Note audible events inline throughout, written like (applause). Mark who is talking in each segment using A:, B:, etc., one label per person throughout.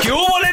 A: ¿Qué hubo, le,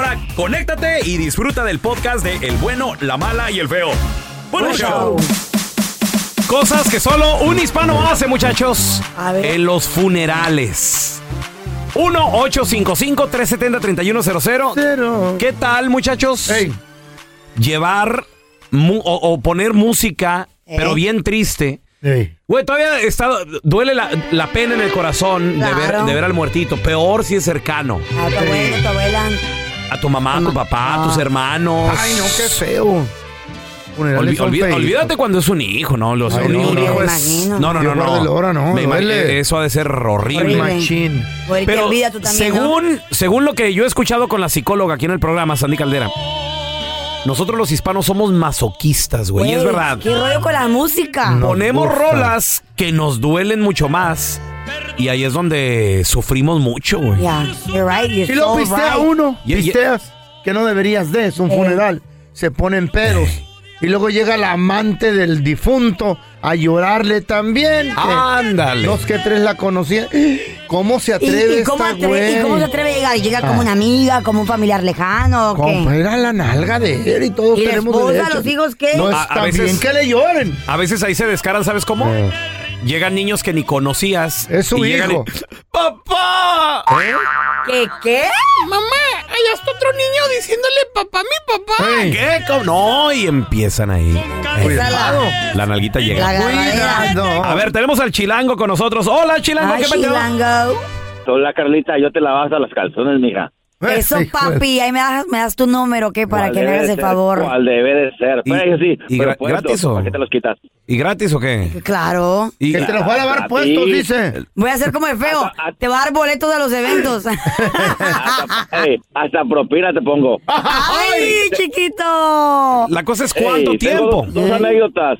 A: conéctate y disfruta del podcast de El bueno, la mala y el feo. Buen
B: Buen
A: show.
B: show.
A: Cosas que solo un hispano hace, muchachos.
B: A ver.
A: En los funerales. 1-855-370-3100.
C: Pero...
A: ¿Qué tal, muchachos?
C: Ey,
A: Llevar mu- o, o poner música,
B: Eh.
A: pero bien triste.
C: ey.
A: Güey, todavía está, duele la, la pena en el corazón de, ver,
B: Claro.
A: de ver al muertito. Peor si es cercano.
B: A Ah, tu abuelo, a tu abuela.
A: A tu mamá, a tu papá, a tus hermanos.
C: Ah. Ay, no, qué feo. Funerales
A: Olvi-
C: son
A: olvi-
C: feitos.
A: olvídate cuando es un hijo, ¿no? Los-
C: Ay,
A: un
C: no,
A: hijo,
C: me
A: no, es-
B: imagino.
A: no, no, no,
C: Dios
A: no.
C: guarde la hora, no,
A: Me imag-
C: duele.
A: Eso ha de ser horrible.
C: El
B: Horrible.
C: machín.
B: O el que
A: Pero
B: olvida tú también. ¿no?
A: según, según lo que yo he escuchado con la psicóloga aquí en el programa, Sandy Caldera, nosotros los hispanos somos masoquistas, güey. y es
B: Güey,
A: verdad.
B: ¿Qué rollo con la música?
C: No.
A: Ponemos
C: gusta.
A: rolas que nos duelen mucho más. Y ahí es donde sufrimos mucho, güey.
B: Yeah, you're right. You're
C: Y lo
B: so
C: pistea
B: right. Eh.
C: uno,
A: Ye- ye-
C: pisteas, que no deberías de, es un funeral. Se ponen peros.
A: Eh.
C: Y luego llega la amante del difunto a llorarle también. que
A: Ándale.
C: Dos que tres la conocían. ¿Cómo se
B: ¿Y,
C: atreve
B: y cómo
C: esta
B: atreve, ¿Y
C: güey?
B: cómo se atreve a llegar? ¿Llega como
C: Ah.
B: una amiga, como un familiar lejano? o
C: Compa,
B: qué?
C: Era la nalga de él y todos
B: ¿Y la
C: tenemos
B: esposa,
C: derecho.
B: los hijos, qué?
C: No es
A: A- a
C: tan
A: veces-
C: bien que le lloren.
A: A veces ahí se descaran, ¿sabes cómo?
C: Eh.
A: Llegan niños que ni conocías.
C: Es su
A: y llegan (laughs)
C: hijo.
A: y- ¡Papá!
B: ¿Qué? ¿Qué?
C: Ey,
A: ¿Qué? ¿Cómo? No, y empiezan ahí.
B: Esa la,
A: La nalguita
B: la
A: llega.
B: agarradera.
C: Cuidado.
A: A ver, tenemos al chilango con nosotros. Hola, chilango,
B: Ay,
A: ¿qué pasó?
B: chilango.
D: Hola Carlita, yo te lavas a las calzones, mija.
C: Eh,
B: Eso,
C: hijo de-
B: papi. Ahí me das, me das tu número, ¿qué? Para
D: ¿Cuál
B: que me
D: debe
B: hagas
D: de
B: el
D: ser?
B: favor.
D: ¿Cuál debe de ser?
A: ¿Y-
D: Pues ellos sí,
A: y gra-
D: pero puestos,
A: gratis o?
D: ¿Para qué te los quitas?
A: ¿Y gratis o qué?
B: Claro.
A: Y-
C: Que te los va a lavar
D: A
C: puestos,
D: ti.
C: dice.
B: Voy a hacer como el feo.
D: A- a-
B: Te va a dar boletos a
C: (laughs)
B: los eventos. (laughs)
A: Ah,
D: Hasta, ey, hasta propina te pongo.
B: ¡Ay, chiquito!
A: la cosa es
D: Ey,
A: cuánto
D: tengo
A: tiempo.
D: Dos, dos anécdotas.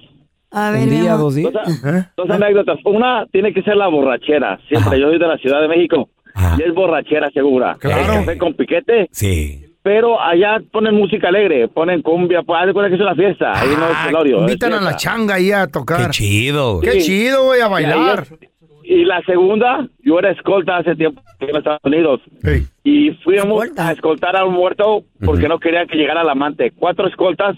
B: A ver,
A: Un
B: mi
A: día,
B: amor.
A: Ah, dos días.
D: Dos, a-
C: ¿Eh?
D: dos anécdotas. Una tiene que ser la borrachera. Siempre
A: Ajá.
D: yo soy de la Ciudad de México
A: Ajá.
D: y es borrachera segura.
A: Claro.
D: El café con piquete.
A: Sí.
D: Pero allá ponen música alegre, ponen cumbia, pues haz de cuenta que es una fiesta. Ahí no es
A: Ah,
D: velorio, es
C: Invitan a la
D: fiesta.
C: changa ahí a
A: Qué
C: tocar.
A: chido. güey.
C: Qué
D: Sí.
C: chido, voy a
D: Y ahí
C: bailar.
D: es- Y la segunda, yo era escolta hace tiempo en los Estados Unidos.
C: Ey.
D: y fuimos
B: Escolta.
D: a escoltar a un muerto porque no querían que llegara el amante. Cuatro escoltas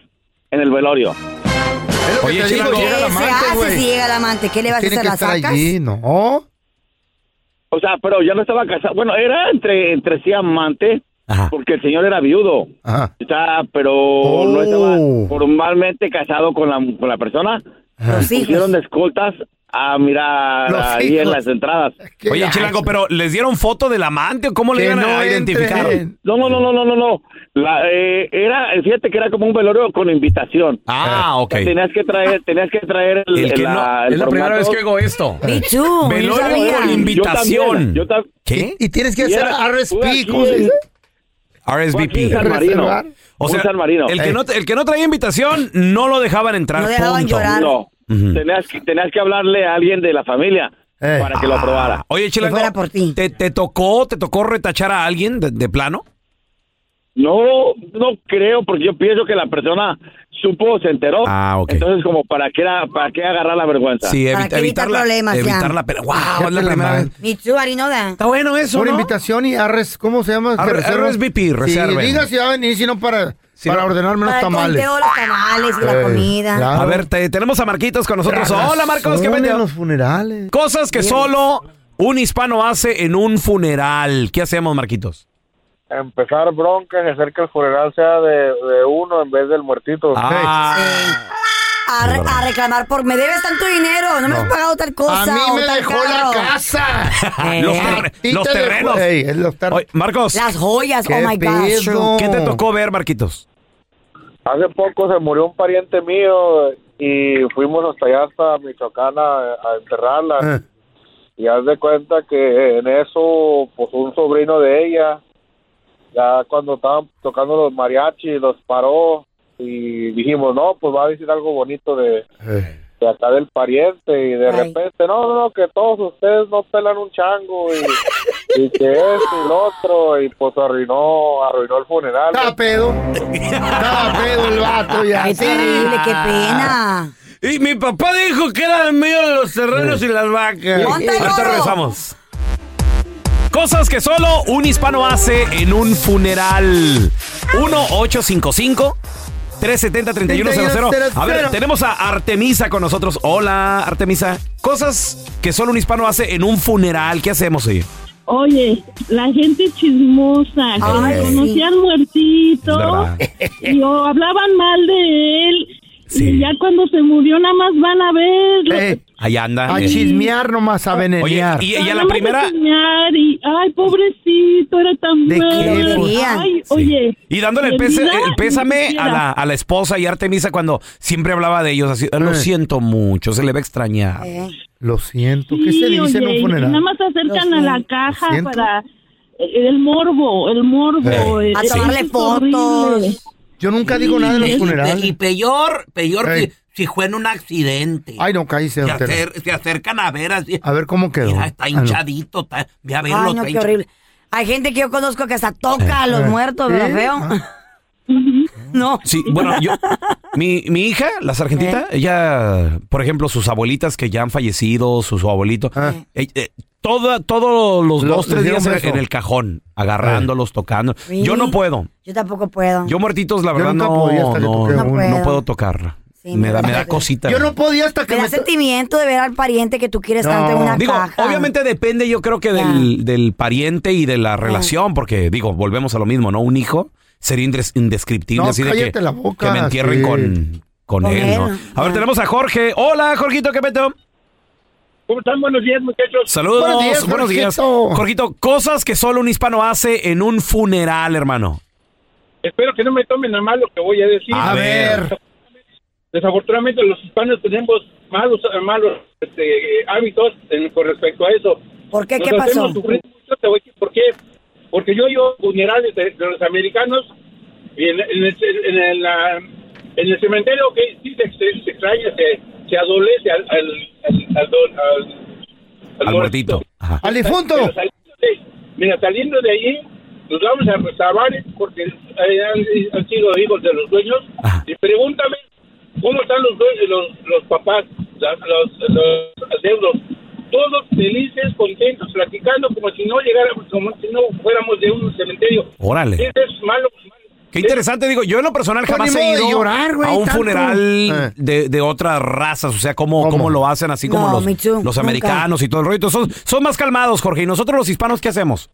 D: en el velorio.
C: Es lo que
A: Oye,
C: te digo,
A: chico,
B: ¿Qué
C: llega
B: se
C: la amante,
B: hace
C: güey.
B: si llega el amante? ¿Qué le vas a
C: Tiene
B: hacer?
C: que
B: ¿La
C: estar
B: sacas?
C: allí, ¿no?
D: O sea, pero ya no estaba casado. Bueno, era entre, entre sí amante
A: Ajá.
D: porque el señor era viudo.
C: Ajá.
D: O sea, pero
C: Oh.
D: no estaba formalmente casado con la, con la persona,
B: Los hijos.
D: Pusieron de escoltas a mirar
C: Los
D: ahí en
C: hijos.
D: las entradas.
A: Oye, Chilango, pero ¿les dieron foto del amante o cómo le
C: Que
A: iban
C: no
A: a identificar?
C: entren.
D: No, no, no, no, no, no, no. La, eh, era, fíjate que era como un velorio con invitación.
A: Ah, ok.
D: Tenías que traer, tenías que traer el,
A: El que
D: la,
A: no-
D: el
A: es la primera
D: formato.
A: vez que hago esto.
B: Me too, yo
A: Velorio
B: sabía.
A: con invitación.
D: Yo también,
A: ¿Qué?
C: Y tienes que
D: yo ta- y
C: hacer
D: era- fue aquí
C: RSP, ¿cómo se
D: en-
C: dice?
D: fue aquí en San
A: RSVP.
D: Marino.
C: Reservar.
A: O
D: Fue en
A: sea,
D: San Marino.
A: El, que no, el que no traía invitación no lo dejaban entrar.
B: No dejaban
A: punto.
B: llorar.
D: No, tenías, que, tenías que hablarle a alguien de la familia
C: Ey.
D: para que lo aprobara.
A: Eh. Ah. Oye, Chilango,
B: fuera por ti.
A: ¿te, te tocó, ¿te tocó retachar a alguien de, de plano?
D: No, no creo, porque yo pienso que la persona supo, se enteró.
A: Ah, ok.
D: Entonces, como para qué, era- para qué agarrar la vergüenza.
A: Sí,
B: Para
A: evi-
B: que evitar
A: evitarla-
B: problemas, ya.
A: evitarla, pero wow,
C: Ya
A: es la
C: te la
A: primera
C: man-
A: vez.
B: Me too, Arinoda.
A: Está bueno eso,
C: Por
A: ¿no?
C: invitación y RS, ¿cómo se llama?
A: R- RSVP,
C: reserva.
A: reserven.
C: Sí, diga si va a venir, si no para,
A: Si
C: para
A: no- Eh,
C: ordenar menos
B: Para el
C: tamales.
B: conteo, los tamales y la
C: Ey,
B: comida.
C: claro.
A: A ver, te- tenemos a Marquitos con nosotros. Hola, Marcos, ¿qué
C: Son
A: pedo?
C: en los funerales.
A: Cosas que solo un hispano hace en un funeral. ¿Qué hacemos, Marquitos?
E: empezar broncas y hacer que el funeral sea de, de uno en vez del muertito.
A: Ah,
B: A, re- a reclamar por me debes tanto dinero, no, me has pagado tal cosa.
C: A mí
B: o
C: me
B: tal
C: dejó
B: carro.
C: la casa.
A: Eh. los,
C: A
A: terre-
C: ti
A: los
C: te dejó-
A: terrenos.
C: Ey, es los ter-
A: Oye, Marcos,
B: Eh, Las joyas,
C: ¿Qué
B: oh my gosh.
C: pedo?
B: true.
A: ¿qué te tocó ver, Marquitos?
E: (laughs) Hace poco se murió un pariente mío y fuimos hasta allá, hasta Michoacán, a, a enterrarla.
C: Eh.
E: Y haz de cuenta que en eso, pues un sobrino de ella, ya cuando estaban tocando los mariachis, los paró y dijimos, no, pues va a decir algo bonito de,
C: Eh.
E: de acá del pariente y de
B: Ay.
E: repente, no, no, no, que todos ustedes no pelan un chango y, y que esto y lo otro y pues arruinó, arruinó el funeral.
C: Estaba pedo. Estaba pedo el vato Ah, ya.
B: Qué terrible, qué pena.
A: Y mi papá dijo que era el mío de los terrenos y las vacas.
B: Ponte el
A: Ahorita
B: oro.
A: regresamos. Cosas que solo un hispano hace en un funeral. 1-855. 370-3100. A ver, tenemos a Artemisa con nosotros. Hola, Artemisa. Cosas que solo un hispano hace en un funeral. ¿Qué hacemos hoy?
F: Oye, la gente chismosa, que
B: Ay,
F: me
B: sí.
F: conocían muertito, y o hablaban mal de él,
A: Sí.
F: y ya cuando se murió nada más van a ver, lo-
C: Eh,
A: Ahí anda.
C: a
A: Eh.
C: chismear nomás, a
A: Oye,
C: venenear.
A: y, y a
F: Ah, nada
A: la
F: más
A: primera.
F: chismear, y, ay, pobrecito, era tan
C: ¿De qué?
F: malo.
B: Sí.
F: Ay,
A: Sí.
F: oye.
A: Y dándole el,
F: le
A: pese-
F: olvidaba
A: el
F: ni
A: pésame a
F: siquiera.
A: la, a la esposa y Artemisa cuando siempre hablaba de ellos así. Lo siento mucho, se le va a extrañar.
B: Eh,
C: Lo siento, ¿qué
F: Sí,
C: se dice en
F: oye,
C: un
F: y Nada
C: funeral?
F: más se acercan
B: Lo
F: a la
B: siento.
F: caja
C: Lo siento.
F: para eh, el morbo, el morbo.
C: Eh.
F: eh,
B: A
F: eso
B: tomarle
F: es
B: fotos.
F: horrible.
C: Yo nunca digo nada en los
G: Y
C: funerales.
G: peor, peor
C: Ey.
G: si, si fue en un accidente.
C: Ay, no, caí, se
G: se,
C: entera.
G: acer- se acercan a ver así.
C: A ver cómo quedó.
G: Mira, está
C: Ah, no.
G: hinchadito, está- ve a verlo.
B: Ay, no,
G: está
B: qué
G: hincha-
B: horrible. Hay gente que yo conozco que hasta toca a los
C: Eh.
B: muertos, ¿verdad?
C: Sí.
B: Feo.
C: Ah.
B: (laughs) No. Eh.
A: Sí, bueno, yo, mi, mi hija, la sargentita, ella, por ejemplo, sus abuelitas que ya han fallecido, su, su abuelito,
C: Ah.
A: eh, eh, toda- todos los
C: Lo-
A: dos,
C: les
A: tres
C: dieron
A: días en,
C: beso.
A: en el cajón, agarrándolos, tocando.
B: Sí.
A: Yo no puedo.
B: Yo tampoco puedo.
A: Yo muertitos, la
C: Yo
A: verdad,
C: nunca
A: no,
C: podía hasta que
A: no,
C: toqué
A: no
B: a uno.
A: puedo.
B: No puedo.
A: tocarla.
B: Sí,
A: me,
B: me
A: da, me da
B: parece.
A: cosita.
C: Yo no podía hasta que
B: me
C: me...
B: da sentimiento de ver al pariente que tú quieres
C: No.
B: tanto en una
A: Digo,
B: caja.
A: obviamente depende yo creo que
B: Ya.
A: del, del pariente y de la relación, porque digo, volvemos a lo mismo, ¿no? Un hijo sería indes- indescriptible
C: No,
A: así de que,
C: cállate la boca,
A: que me entierren
C: sí.
A: con, con,
B: Con
A: él,
B: él,
A: ¿no? A ver,
B: ya.
A: tenemos a Jorge. Hola, Jorgito, ¿qué peto?
D: ¿Cómo están? Buenos días, muchachos.
A: Saludos, buenos
C: Buenos días,
A: días. Jorgito.
C: Jorgito.
A: cosas que solo un hispano hace en un funeral, hermano.
E: Espero que no me tomen a mal lo que voy a decir.
A: A
C: A ver.
E: Desafortunadamente los hispanos tenemos malos malos este, hábitos en- con respecto a eso.
B: ¿Por qué?
E: Nos
B: ¿Qué pasó?
E: hacemos sufrir mucho, te voy a decir por qué. Porque yo yo funerales de, de los americanos y en, en el, en el, ah, en el cementerio que sí se, se- se extraña, se, se adolece al, al, al, al do- al- al
A: Al muertito. Ajá.
C: Al difunto.
E: pero saliendo de- Mira, saliendo de allí, nos vamos a restaurar porque eh, han, han sido hijos de los dueños.
A: Ajá.
E: Y pregúntame, ¿cómo están los dueños, los, los papás, la- los, los adeudos? Todos felices, contentos, platicando como si no llegáramos, como si no fuéramos de un cementerio.
A: Órale.
E: Ese es malo. malo.
A: Qué interesante, digo, yo en lo personal
C: Pues,
A: jamás
C: ni
A: he
C: modo de
A: ido
C: llorar, güey,
A: a un
C: tanto.
A: funeral
C: Eh.
A: de, de otras razas, o sea, cómo,
C: ¿Cómo?
A: cómo lo hacen así como
B: No,
A: los,
B: me too,
A: los
B: nunca.
A: americanos y todo el rollo. Entonces, Son, son más calmados, Jorge. ¿Y nosotros los hispanos qué hacemos?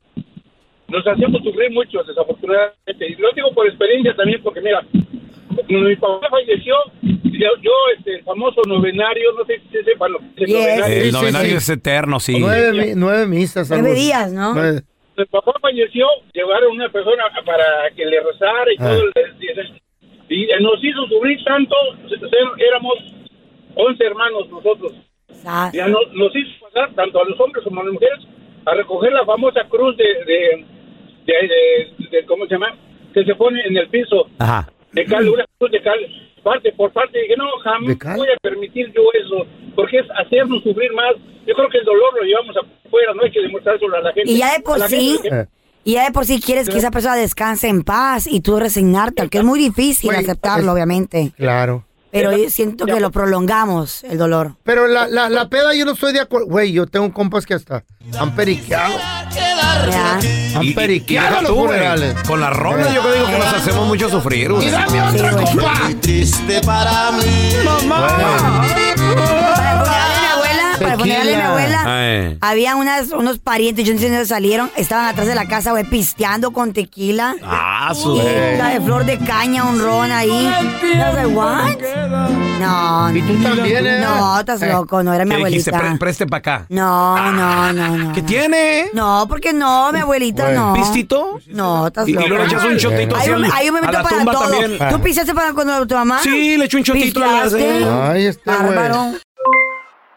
E: nos hacemos sufrir mucho, desafortunadamente. Y lo digo por experiencia también, porque mira, mi papá falleció y yo, yo, este, el famoso novenario, no sé si sepan lo que es
C: Yes.
E: novenario.
C: Sí,
H: El
C: sí,
H: novenario
C: sí.
H: es eterno, sí.
C: Nueve, mi- nueve misas. algo
E: Nueve
C: así.
E: días, ¿no?
C: Nueve.
E: Mi papá falleció, llevaron una persona para que le rezara y
C: Ah.
E: todo. le- Y nos hizo sufrir tanto, ser- éramos 11 hermanos nosotros. Ya no- nos hizo pasar, tanto a los hombres como a las mujeres, a recoger la famosa cruz de, de, de- de- de- ¿cómo se llama? Que se pone en el piso
H: Ajá.
E: de cal, una cruz de cal, parte por parte. Dije, no,
C: ¿De
E: jamás
C: cal?
E: voy a permitir yo eso, porque es hacernos sufrir más. Yo creo que el dolor lo llevamos afuera, no hay que demostrárselo a la gente.
B: Y ya de por
E: A la
B: sí-
E: gente,
C: Eh.
E: porque-
B: Y ya de por sí quieres que esa persona descanse en paz y tú resignarte, aunque es muy difícil aceptarlo, obviamente.
C: Claro.
B: Pero yo siento que lo prolongamos, el dolor.
C: Pero la, la, la peda yo no estoy de acuerdo. Güey, yo tengo compas que hasta han periqueado. Han
H: Y- y- y
C: periqueado
H: deja
C: los
H: tú, güey.
C: funerales. Eh.
H: Con la ronda yo creo digo que nos hacemos mucho sufrir, güey.
C: Y dame otra copa.
D: Triste para mí.
B: Para ponerle a mi abuela, para ponerle a mi abuela,
H: Ay.
B: Había unas, unos parientes, yo no sé dónde salieron, estaban atrás de la casa, güey, pisteando con tequila.
H: Ah, su
B: Y la de flor de caña, un ron ahí. No sé, ¿what? No,
C: Y tú también, ¿eh?
B: No, estás
H: Eh,
B: loco, no era mi
H: ¿qué dijiste?
B: abuelita.
H: Pre- preste para acá.
B: No, no, no, no. ¿Qué
H: tiene?
B: No, porque no, mi abuelita
H: Güey.
B: no.
H: ¿Pistito?
B: No, estás
H: Y- y
B: loco.
H: luego le echas un shotito
B: Ahí
H: hacia
B: un-
H: el-
B: ahí un
H: a
B: momento
H: la
B: para
H: tumba
B: todo.
H: también.
B: ¿Tú pisaste para cuando tu mamá?
H: Sí, le eché un
B: chotito a la señora.
C: Ay, este
B: Bárbaro.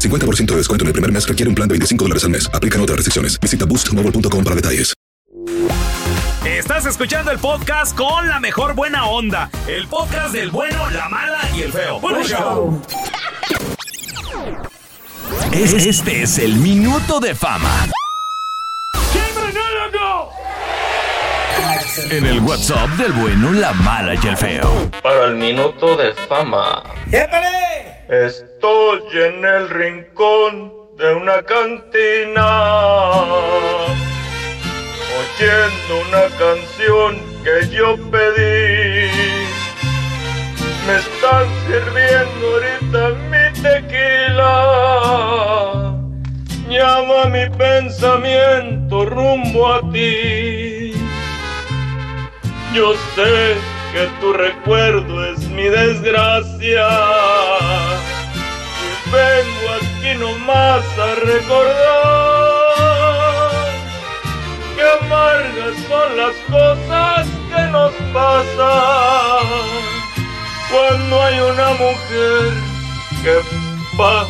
I: 50% de descuento en el primer mes requiere un plan de 25 dólares al mes. Aplican otras restricciones. Visita boostmobile.com para detalles.
H: Estás escuchando el podcast con la mejor buena onda. El podcast del bueno, la mala y el feo. Bueno, show.
J: Es- Este es el minuto de fama. En el WhatsApp del bueno, la mala y el feo.
K: Para el minuto de fama. Estoy en el rincón de una cantina. Oyendo una canción que yo pedí. Me están sirviendo ahorita mi tequila. Llama mi pensamiento rumbo a ti. Yo sé que tu recuerdo es mi desgracia. Y vengo aquí nomás a recordar que amargas son las cosas que nos pasan cuando hay una mujer que paga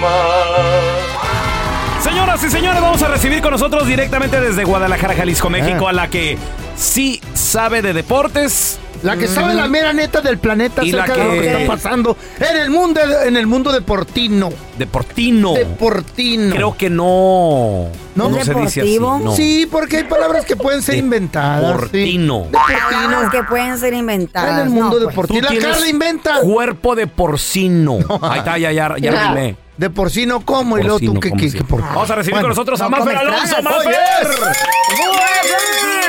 K: más.
H: Señoras y señores, vamos a recibir con nosotros directamente desde Guadalajara, Jalisco, México, a la que sí sabe de deportes.
C: La que sabe la mera neta del planeta
H: Y la
C: acerca de lo
H: que-
C: que está pasando en el mundo, en el mundo deportino.
H: Deportino.
C: Deportino.
H: Creo que no. No, se dice así. no.
C: Sí, porque hay palabras que pueden ser inventadas.
H: Deportino.
B: Palabras que pueden ser inventadas.
C: En el mundo
B: no, pues.
C: deportivo.
H: Ah, Tú
C: la
H: tienes
C: Carla inventa.
H: Cuerpo
C: (laughs)
H: de porcino. Ahí está, ya, ya, ya
C: No.
H: rimé.
C: De porcino como y luego tú
H: Porcino,
C: que,
H: ¿cómo
C: que,
H: Pues sí?
C: que por-
H: Vamos a recibir
C: Bueno.
H: con nosotros a
C: No
H: Mafer
C: comes
H: Alonso.
C: tragas.
H: ¡Mafer!
C: Oye.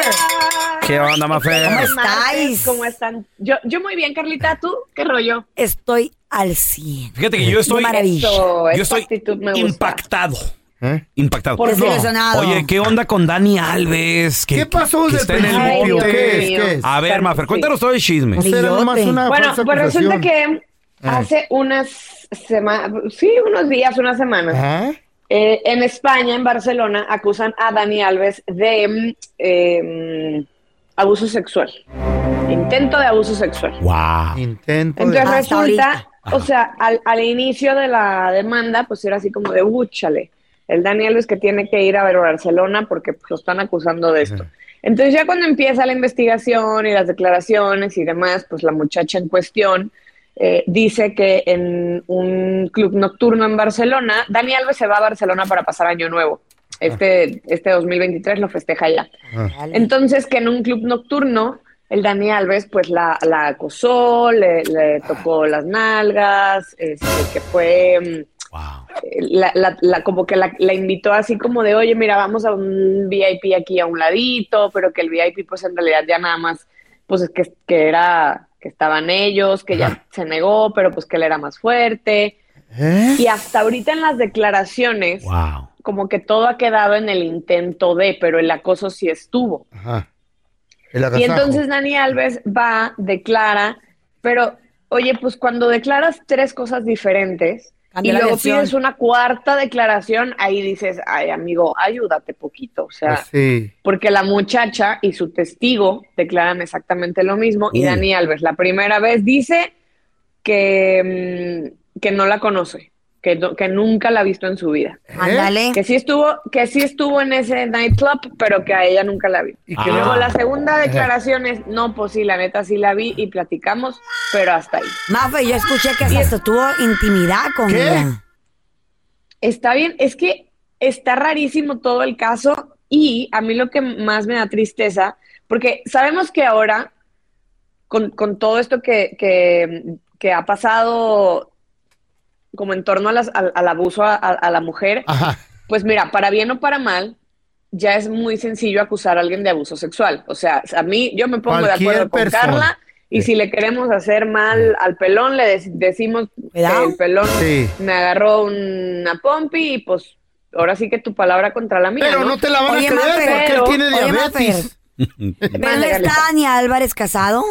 H: ¿Qué onda, Mafer?
B: estáis?
L: ¿Cómo están? Yo, yo muy bien, Carlita. ¿Tú qué rollo?
B: Estoy al 100.
H: Fíjate que yo estoy,
B: De maravilla.
H: yo estoy impactado.
C: ¿Eh?
H: Impactado.
B: Por qué? Desilusionado.
H: Oye, ¿qué onda con Dani Alves? Que-
C: ¿Qué pasó
H: que
C: desde
H: está
C: el
H: en el
C: principio?
H: bote.
C: ¿Qué es? ¿Qué es?
H: A ver, Mafer, cuéntanos todo el chisme.
C: No sé, era nomás una
L: bueno,
C: falsa
L: pues resulta
C: acusación.
L: que
H: Ah.
L: hace unas semanas, sí, unos días, unas semanas,
C: Ajá.
L: eh, en España, en Barcelona, acusan a Dani Alves de mm, eh, mm, abuso sexual, intento de abuso sexual.
H: Ah.
C: Wow. Intento de-
L: Entonces resulta, o sea, al, al inicio de la demanda, pues era así como de, úchale, el Dani Alves que tiene que ir a ver a Barcelona porque pues, lo están acusando de esto. Entonces ya cuando empieza la investigación y las declaraciones y demás, pues la muchacha en cuestión eh, dice que en un club nocturno en Barcelona, Dani Alves se va a Barcelona para pasar Año Nuevo. Este, este 2023 lo festeja ya. Entonces que en un club nocturno el Dani Alves pues la, la acosó, le, le tocó las nalgas, este, que fue... mm, eh, La, la- la- como que la, la invitó así como de, oye, mira, vamos a un VIP aquí a un ladito, pero que el VIP pues en realidad ya nada más, pues es que, que era, que estaban ellos, que ya se negó, pero pues que él era más fuerte.
C: ¿Eh?
B: ¿Eh?
L: Y hasta ahorita en las declaraciones, como que todo ha quedado en el intento de, pero el acoso sí estuvo.
C: Ajá. El
L: Y
C: agasajo.
L: entonces Dani Alves va, declara, pero oye, pues cuando declaras tres cosas diferentes
B: Cambia
L: y
B: la
L: luego
B: versión.
L: pides una cuarta declaración, ahí dices, ay amigo, ayúdate poquito, o sea,
C: Pues sí.
L: porque la muchacha y su testigo declaran exactamente lo mismo y
C: Uh.
L: Dani Alves la primera vez dice que, mm, que no la conoce, que, no- que nunca la ha visto en su vida.
B: Ándale.
L: Que sí estuvo, que sí estuvo en ese nightclub, pero que a ella nunca la vi. Y
B: que
L: luego
B: no?
L: la segunda
B: Ajá.
L: declaración es, no, pues sí, la neta sí la vi y platicamos, pero hasta ahí.
B: Mafe, yo escuché que hasta tuvo intimidad con ella.
L: Está bien, es que está rarísimo todo el caso y a mí lo que más me da tristeza, porque sabemos que ahora, con, con todo esto que, que- que ha pasado como en torno a las- al, al abuso a, a- a la mujer, pues mira, para bien o para mal, ya es muy sencillo acusar a alguien de abuso sexual. O sea, a mí yo me pongo de
C: Cualquier
L: acuerdo con
C: persona.
L: Carla y si le queremos hacer mal al pelón, le dec- decimos que el pelón
C: Sí.
L: me agarró una pompi y pues ahora sí que tu palabra contra la mía.
C: Pero no te la van a Oye, creer Mafer, porque él
L: pero-
C: tiene
L: oye,
C: diabetes.
L: Mafer,
B: ¿Pero no está Dani Álvarez casado?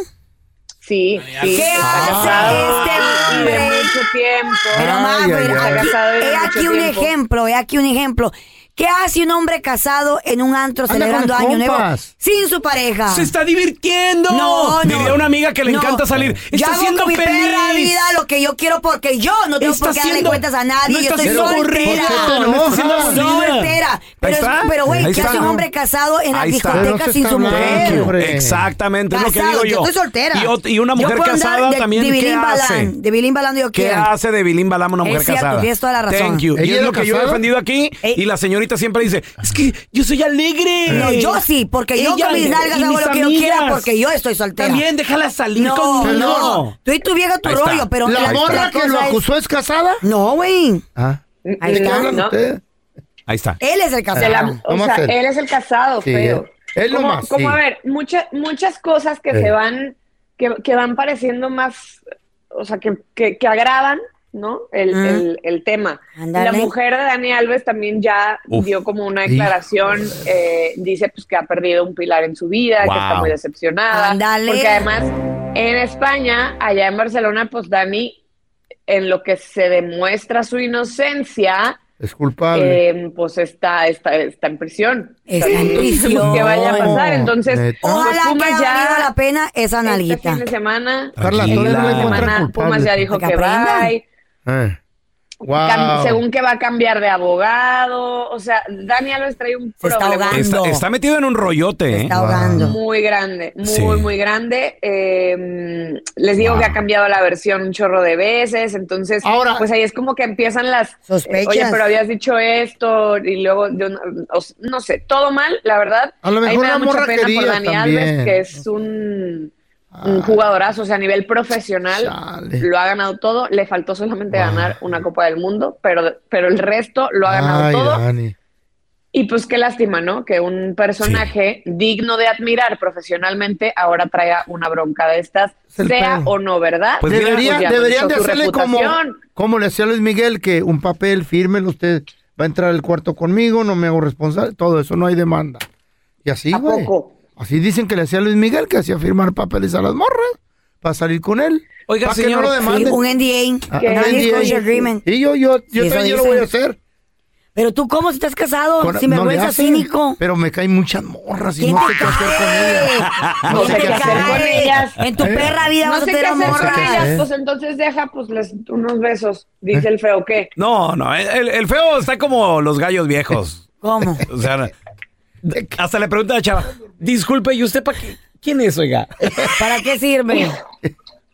L: Sí, sí.
B: ¿Qué
L: está
B: hace
L: casado
B: este
L: y de
B: hombre?
L: Ah. mucho tiempo.
B: Pero Mafer, aquí, he aquí un ejemplo, he aquí un ejemplo. ¿Qué hace un hombre casado en un antro
H: Anda
B: celebrando
H: con
B: año nuevo
H: compas.
B: sin su pareja?
H: ¡Se está divirtiendo!
B: No, no.
H: Diría una amiga que le
B: no.
H: encanta salir.
B: Yo
H: ¡Está
B: hago
H: siendo
B: con mi
H: feliz!
B: perra vida lo que yo quiero porque yo no tengo
H: Está
B: por qué darle
H: siendo-
B: cuentas a nadie.
H: no
B: yo
H: está
B: estoy
H: siendo
B: soltera.
H: aburrida. ¿Por qué te enojas? No está siendo aburrida.
B: Soltera.
H: Ahí
B: Pero,
H: está.
B: pero güey,
H: Ahí
B: ¿qué
H: está.
B: hace un hombre casado en la
H: Ahí está. Pero no
B: discoteca
H: se
B: sin
H: está
B: su
H: hablando,
B: mujer?
H: hombre. Exactamente, es lo que
B: Casado,
H: digo yo.
B: estoy soltera.
H: Y ot- y una
B: Yo
H: mujer
B: puedo andar
H: casada
B: de-
H: también,
B: De
H: ¿qué
B: Bilín Balán,
H: hace?
B: De Bilín Balán yo
H: ¿Qué
B: quiera.
H: hace de Bilín Balama una
B: Es
H: mujer
B: cierto,
H: casada?
B: tienes toda la razón.
H: Thank you. Y
B: ¿Ella
H: es
B: era
H: lo que yo he
B: casada?
H: defendido aquí. Y la señorita siempre dice, es que yo soy alegre.
B: No, yo sí, porque yo
H: Ella
B: con mis
H: y-
B: nalgas
H: y
B: hago
H: mis
B: lo que yo
H: amigas.
B: quiera porque yo estoy soltera.
H: También déjala salir
B: no,
H: conmigo.
B: No, tú y tu vieja tu
H: Ahí está.
B: rollo, pero
H: ¿La morra
B: otra
H: que
B: cosa
H: lo acusó
C: es casada?
B: No, güey.
C: Ah.
B: Ahí
C: ¿De qué
B: está.
C: hablan
B: No.
C: ustedes?
H: Ahí está.
B: Él es el casado. Ah,
L: Se la- o
C: Nomás
L: sea,
C: él.
L: él es el casado,
C: Sí,
L: pero
C: él- él
L: como,
C: nomás,
L: como,
C: sí.
L: a ver, muchas muchas cosas que
C: Eh.
L: se van que, que van pareciendo más, o sea, que, que, que agravan, ¿no? El,
B: Mm.
L: el, el tema.
B: Ándale.
L: La mujer de Dani Alves también ya
B: Uf.
L: dio como una
B: Hijo.
L: declaración, eh, dice pues que ha perdido un pilar en su vida, que está
B: Wow.
L: muy decepcionada,
B: Ándale.
L: porque además en España, allá en Barcelona, pues Dani en lo que se demuestra su inocencia,
C: Es culpable.
L: eh, pues está, está, está en prisión.
B: Está
L: O sea,
B: en
L: no sabemos
B: prisión.
L: ¿Qué vaya a pasar? Entonces,
C: Neta.
L: pues,
B: Ojalá que
L: Pumas
B: haya
L: ya
B: valido la pena esa
L: este
B: nalguita.
L: fin de semana,
C: Carla,
L: este
C: todavía no la
L: fin de
C: encuentran
L: semana,
C: culpable.
L: Pumas ya dijo
C: Que
L: que,
C: aprendan.
L: va,
C: Eh.
L: cam-
C: Wow.
L: según que va a cambiar de abogado, o sea, Dani Alves trae un problema
H: Está, está metido en un rollote. ¿eh?
L: muy grande, muy,
H: Sí.
L: muy grande. Eh, les digo que ha cambiado la versión un chorro de veces, entonces,
B: Ahora-
L: pues ahí es como que empiezan las eh,
B: Sospechas.
L: Oye, pero habías dicho esto y luego, de una- o s- no sé, todo mal, la verdad.
C: A lo
L: Ahí
C: mejor
L: me da
C: la
L: mucha
C: morra
L: pena por
C: quería
L: Dani
C: también. Ah.
L: Alves, que es un, un jugadorazo, o sea, a nivel profesional lo ha ganado todo. Le faltó solamente ganar una Copa del Mundo, pero, pero el resto lo ha ganado
C: Ay,
L: todo.
C: Dani.
L: Y pues qué lástima, ¿no? Que un personaje digno de admirar profesionalmente ahora traiga una bronca de estas,
C: el
L: sea
C: pedo.
L: o no, ¿verdad?
C: Pues
L: Ya
C: deberían,
L: nos
C: deberían de
L: hizo su
C: hacerle como,
L: reputación.
C: como le hacía Luis Miguel, que un papel, fírmelo, usted va a entrar al cuarto conmigo, no me hago responsable, todo eso, no hay demanda. Y así, güey. Así dicen que le hacía Luis Miguel, que hacía firmar papeles a las morras para salir con él.
B: Oiga,
C: para
B: señor,
C: que no lo
B: sí,
C: demanden.
B: un NDA,
C: Ah,
B: que
C: un
B: no
C: NDA.
B: disclosure agreement.
C: Y yo, yo, yo
B: Sí, eso
C: también lo voy
B: dicen.
C: a hacer.
B: Pero tú, ¿cómo si estás casado?
C: Con-
B: Sin
C: no le
B: vergüenza
C: hacen,
B: cínico.
C: Pero me caen muchas morras y
B: ¿Quién
C: no
B: te
C: sé qué hacer con ellas. No
B: ¿Quién
C: sé
B: te
C: qué hacer
B: cae?
C: con ellas.
B: En tu
C: ¿Eh?
B: perra vida
L: No
B: vas a
L: sé qué
B: tener
L: hacer con
B: amor.
L: ellas,
H: ¿Eh?
L: pues entonces deja pues les- unos besos, dice
C: ¿Eh?
L: el feo, ¿qué?
H: No, no, el, el feo está como los gallos viejos.
B: ¿Cómo?
H: (laughs) O sea, hasta le pregunta a la chava, disculpe, ¿y usted para qué? ¿Quién es,
L: (laughs)
H: oiga?
B: ¿Para qué sirve?
H: (laughs)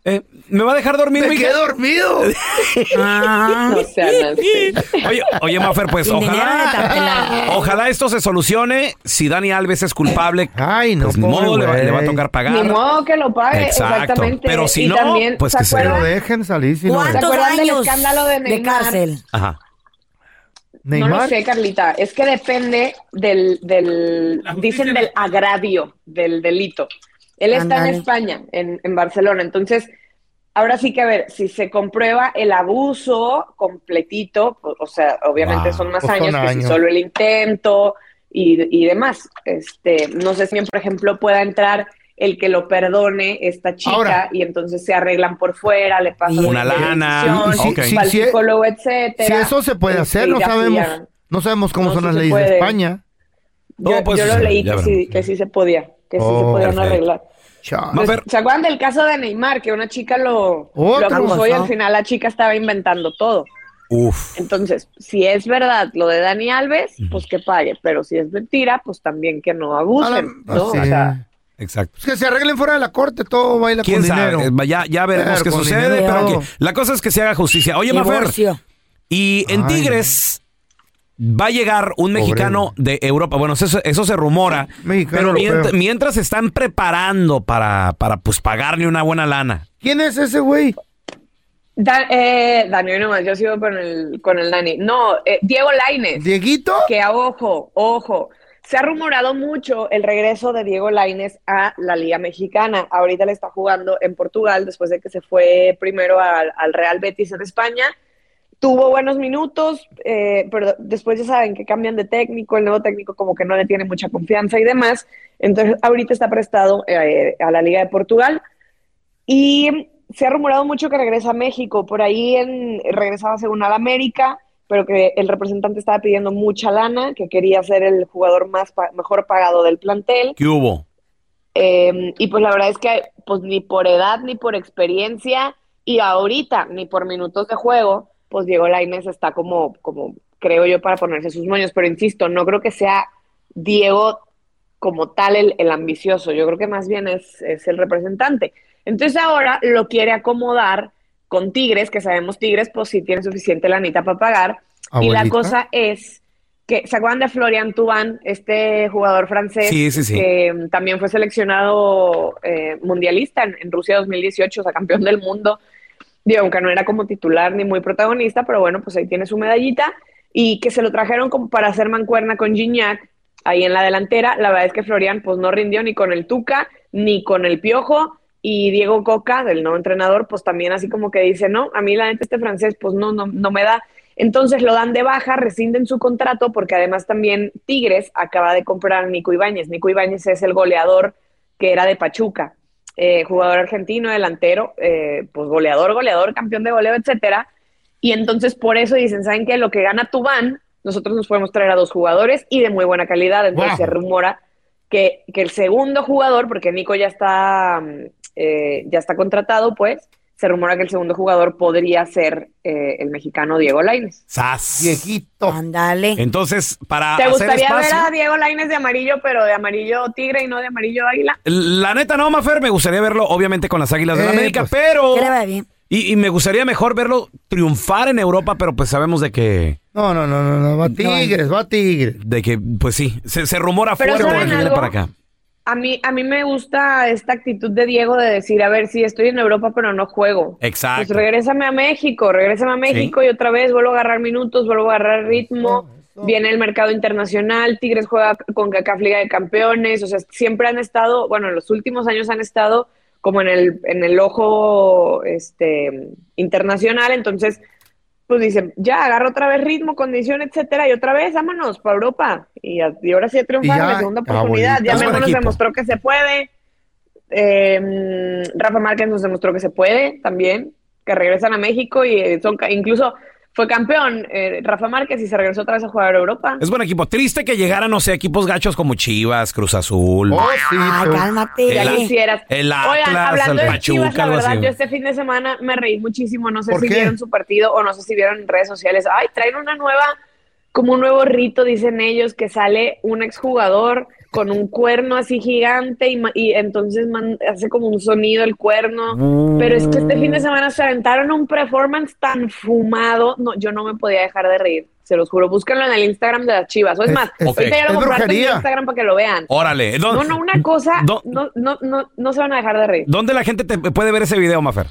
H: Eh, ¿Me va a dejar dormir?
B: Me
H: mija?
B: quedé
H: (laughs)
B: dormido. (laughs) Ah.
L: No sean así.
H: Oye, oye, Mafer, pues
L: Sin dinero de
H: ojalá,
L: tapela.
H: (laughs) ojalá esto se solucione. Si Dani Alves es culpable,
C: (laughs) Ay, no,
H: pues ni modo, le va,
C: güey.
H: le va a tocar pagar.
L: Ni modo que lo pague,
H: Exacto.
L: exactamente.
H: Pero si
L: Y
H: no,
L: también,
H: pues que se-
L: acuerdan?
C: Pero dejen salir si no.
L: ¿Se
B: ¿Cuántos
L: acuerdan del
B: años
L: escándalo de
B: de
L: Neymar?
B: cárcel?
H: Ajá.
L: No lo
C: Neymar.
L: sé, Carlita. Es que depende del, del dicen del agravio, del delito. Él está en
B: Ándale.
L: España, en, en Barcelona. Entonces, ahora sí que a ver, si se comprueba el abuso completito, o, o sea, obviamente
M: Wow.
L: son más
M: Pues son
L: años que si
M: años.
L: solo el intento y, y demás. Este, no sé si, bien, por ejemplo, pueda entrar el que lo perdone esta chica
C: Ahora.
L: y entonces se arreglan por fuera, le pasan
H: Una lana.
L: indemnización,
H: Ok.
L: va al
C: Sí, sí,
L: psicólogo, etcétera.
C: e- Si eso se puede
L: Este,
C: hacer,
L: y
C: no
L: ya
C: sabemos,
L: fui a-
C: no sabemos cómo
L: No,
C: son
L: sí
C: las
L: se
C: leyes de
L: puede.
C: España.
L: Yo,
H: No, pues,
L: yo lo
H: ya
L: leí que
H: veremos,
L: sí, que sí se podía, que sí se
C: Oh,
L: podían
C: perfecto. Ah.
L: arreglar.
C: Chao.
L: Pues, ¿Se acuerdan del caso de Neymar? Que una chica lo, lo
C: Otro.
L: acusó y
C: Ajá.
L: al final la chica estaba inventando todo.
H: Uf.
L: Entonces, si es verdad lo de Dani Alves, pues que pague. Pero si es mentira, pues también que no abusen,
C: Ah,
L: ¿no? O
C: sí.
L: sea,
H: Exacto.
C: Pues que se arreglen fuera de la corte, todo baila
H: ¿Quién
C: con
H: sabe?
C: dinero.
H: Eh, Ya, ya veremos
C: Claro,
H: qué
C: con
H: sucede,
C: dinero.
H: pero que- la cosa es que se haga justicia. Oye, Mafer,
B: Divorcio.
H: y en
C: Ay.
H: Tigres va a llegar un mexicano de Europa. Bueno, eso, eso se rumora.
C: Mexicano
H: pero mient- mientras,
C: europeo.
H: se están preparando para, para pues, pagarle una buena lana.
C: ¿Quién es ese Este güey?
L: Da- eh, Dani, hoy nomás, yo sigo con el, con el Dani. No, eh, Diego Laines.
C: ¿Dieguito?
L: Que a ojo, ojo. Se ha rumorado mucho el regreso de Diego Laines a la Liga Mexicana. Ahorita le está jugando en Portugal después de que se fue primero al, al Real Betis en España. Tuvo buenos minutos, eh, pero después ya saben que cambian de técnico, el nuevo técnico como que no le tiene mucha confianza y demás. Entonces ahorita está prestado eh, a la Liga de Portugal. Y se ha rumorado mucho que regresa a México. Por ahí en, regresaba según al América, pero que el representante estaba pidiendo mucha lana, que quería ser el jugador más pa- mejor pagado del plantel.
H: ¿Qué
B: (laughs)
H: hubo?
L: Eh, y pues la verdad es que pues ni por edad, ni por experiencia, y ahorita, ni por minutos de juego, pues Diego Lainez está como, como creo yo, para ponerse sus moños. Pero insisto, no creo que sea Diego como tal el, el ambicioso. Yo creo que más bien es, es el representante. Entonces ahora lo quiere acomodar con Tigres, que sabemos Tigres, pues sí tiene suficiente lanita para pagar. Y la
M: Abuelita.
L: cosa es que, ¿se acuerdan de Florian Tubán, este jugador francés?
M: Sí, sí, sí.
L: Que mm, también fue seleccionado eh, mundialista en, en Rusia 2018, o sea, campeón del mundo. Digo, aunque no era como titular ni muy protagonista, pero bueno, pues ahí tiene su medallita. Y que se lo trajeron como para hacer mancuerna con Gignac ahí en la delantera. La verdad es que Florian pues no rindió ni con el Tuca, ni con el Piojo. Y Diego Coca, del nuevo entrenador, pues también así como que dice, no, a mí la gente este francés pues no, no, no me da. Entonces lo dan de baja, rescinden su contrato porque además también Tigres acaba de comprar a Nico Ibáñez. Nico Ibáñez es el goleador que era de Pachuca, eh, jugador argentino, delantero, eh, pues goleador, goleador, campeón de goleo, etcétera. Y entonces por eso dicen, ¿saben qué? Lo que gana Tubán, nosotros nos podemos traer a dos jugadores y de muy buena calidad. Entonces
M: Wow.
L: se rumora que, que el segundo jugador, porque Nico ya está, mm, eh, ya está contratado, pues, se rumora que el segundo jugador podría ser eh, el mexicano Diego Laines.
H: ¡Sas!
B: Ándale.
H: Entonces, para
L: ¿Te
H: hacer
L: gustaría ver
H: espacio...
L: a Diego Laines de amarillo, pero de amarillo tigre y no de amarillo águila?
H: La neta no, Mafer, me gustaría verlo obviamente con las Águilas de la
B: Eh,
H: América,
B: pues,
H: pero...
B: que le vaya bien.
H: Y, y me gustaría mejor verlo triunfar en Europa, pero pues sabemos de que...
C: No, no, no, no, no, va Tigres, va Tigres.
H: De que, pues sí, se, se rumora
L: Pero
H: fuerte
L: ¿saben
H: de aquí
L: algo? Pues,
H: para acá.
L: A mí, a mí me gusta esta actitud de Diego de decir, a ver, sí, estoy en Europa, pero no juego. Pues
H: Exacto.
L: regrésame a México, regrésame a México y otra vez vuelvo a agarrar minutos, vuelvo a agarrar ritmo. viene el mercado internacional, Tigres juega con CACAF Liga de Campeones, o sea, siempre han estado, bueno, en los últimos años han estado como en el, en el ojo este, internacional, entonces pues dicen, ya, agarra otra vez ritmo, condición, etcétera, y otra vez, vámonos para Europa. Y, a- y ahora sí a triunfar
C: Y
L: en
C: ya,
L: la segunda
C: ah, bonito.
L: oportunidad. Ya
C: Es buen
L: Memo nos
C: equipo.
L: demostró que se puede. Eh, Rafa Márquez nos demostró que se puede también, que regresan a México y eh, son ca- incluso fue campeón eh, Rafa Márquez y se regresó otra vez a jugar a Europa.
H: Es buen equipo. Triste que llegaran, no sé, equipos gachos como Chivas, Cruz Azul.
C: Oh,
L: Oh, Ay, cálmate, ya
H: El-
L: quisieras.
H: el
L: Oigan,
H: Atlas,
L: hablando
H: el
L: de Chivas,
H: Pachuca,
L: la
H: algo
L: verdad,
H: así.
L: yo este fin de semana me reí muchísimo. No sé
H: ¿Por
L: si
H: qué?
L: vieron su partido o no sé si vieron en redes sociales. Ay, traen una nueva, como un nuevo rito, dicen ellos, que sale un exjugador con un cuerno así gigante y, ma- y entonces man- hace como un sonido el cuerno. Pero es que este fin de semana se aventaron un performance tan fumado. No, yo no me podía dejar de reír. Se los juro, búsquenlo en el Instagram de las Chivas. O es,
H: Es-
L: más,
H: es-
L: ahorita ya
H: es
L: lo comparto en mi
H: brujería.
L: Instagram para que lo vean.
H: Órale. ¿Dó-
L: No, no, una cosa,
H: (laughs) dó-
L: no, no, no, no se van a dejar de reír.
H: ¿Dónde la gente te puede ver ese video, Mafer?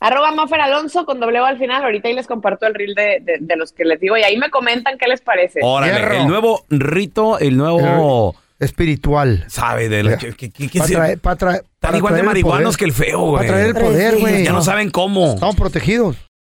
L: Arroba Mafer Alonso con doble O al final. Ahorita ahí les comparto el reel de, de- de los que les digo y ahí me comentan qué les parece.
H: Órale, el nuevo rito, el nuevo... Espiritual. ¿Sabe? De la- ¿qué- qué- qué- qué
C: Para
H: se-
C: traer, para traer,
H: Están
C: para
H: igual de
C: traer el
H: marihuanos
C: poder.
H: que el feo, güey.
C: Para traer el poder, güey.
H: Ya no saben cómo. Este
C: Estamos protegidos.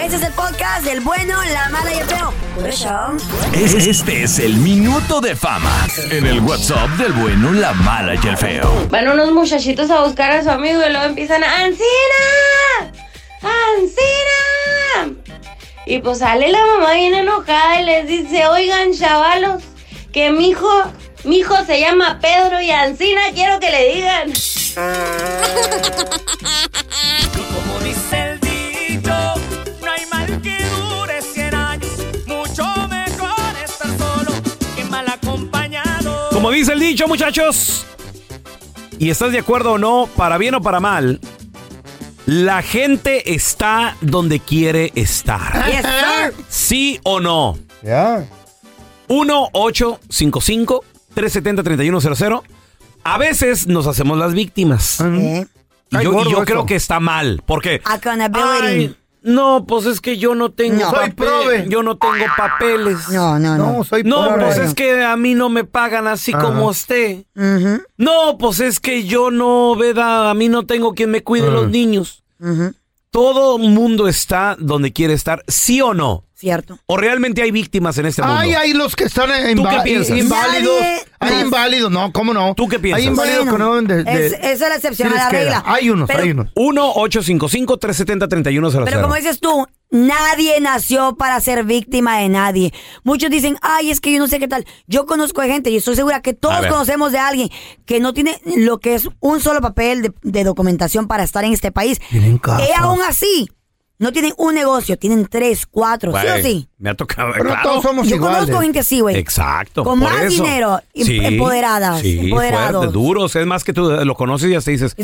B: Este es el podcast del bueno, la mala y el feo. Por eso.
J: Es- Este es el minuto de fama en el WhatsApp del bueno, la mala y el feo.
N: Van unos muchachitos a buscar a su amigo y luego empiezan a ¡Ancina! ¡Ancina! Y pues sale la mamá bien enojada y les dice, oigan chavalos, que mi hijo, mi hijo se llama Pedro y Ancina quiero que le digan.
O: Como dice el dicho, no hay mal que dure 100 años. Mucho mejor estar solo que mal acompañado.
H: Como dice el dicho, muchachos, y estás de acuerdo o no, para bien o para mal, la gente está donde quiere estar. ¿Sí o no? Ya. 1-855-370-3100. A veces nos hacemos las víctimas. Y
B: Ay,
H: yo, y
B: gordo
H: yo
B: eso.
H: creo que está mal, porque...
B: Accountability.
H: no, pues es que yo no tengo papel- Yo no tengo papeles.
B: No, no, no.
H: No, pues es que a mí no me pagan así
B: Ajá.
H: como usted.
B: Ujú,
H: No, pues es que yo no, veda, a mí no tengo quien me cuide los niños.
B: ujú.
H: Todo mundo está donde quiere estar, ¿sí o no?
B: Cierto.
H: ¿O realmente hay víctimas en este mundo?
C: Ay, hay los que están eh,
H: ¿Tú qué
C: inva-
H: piensas?
C: inválidos.
H: Nadie
C: Hay inválidos, no, ¿cómo no? ¿Tú qué
H: piensas?
C: Hay inválidos
H: Bueno,
C: que no deben de, de-
B: es- eso es la excepción
C: sí
B: a
C: les
B: la
C: queda.
B: regla.
C: Hay unos,
B: Pero-
C: hay unos.
H: 1-855-370-3100.
B: Pero como dices tú, nadie nació para ser víctima de nadie. Muchos dicen, ay, es que yo no sé qué tal. Yo conozco a gente y estoy segura que
H: A
B: todos
H: ver.
B: conocemos de alguien que no tiene lo que es un solo papel de, de documentación para estar en este país.
C: Tienen casos.
B: Y aún así no tienen un negocio, tienen tres, cuatro, ¿sí o
A: Güey,
B: sí?
A: Me ha tocado.
B: Pero
A: claro.
B: todos somos Yo iguales. conozco gente así, güey.
A: Exacto.
B: Pues, Con
A: por
B: más
A: eso.
B: dinero, em- empoderadas,
A: sí,
B: empoderados.
A: fuertes, duros. Es más que tú lo conoces y ya te dices.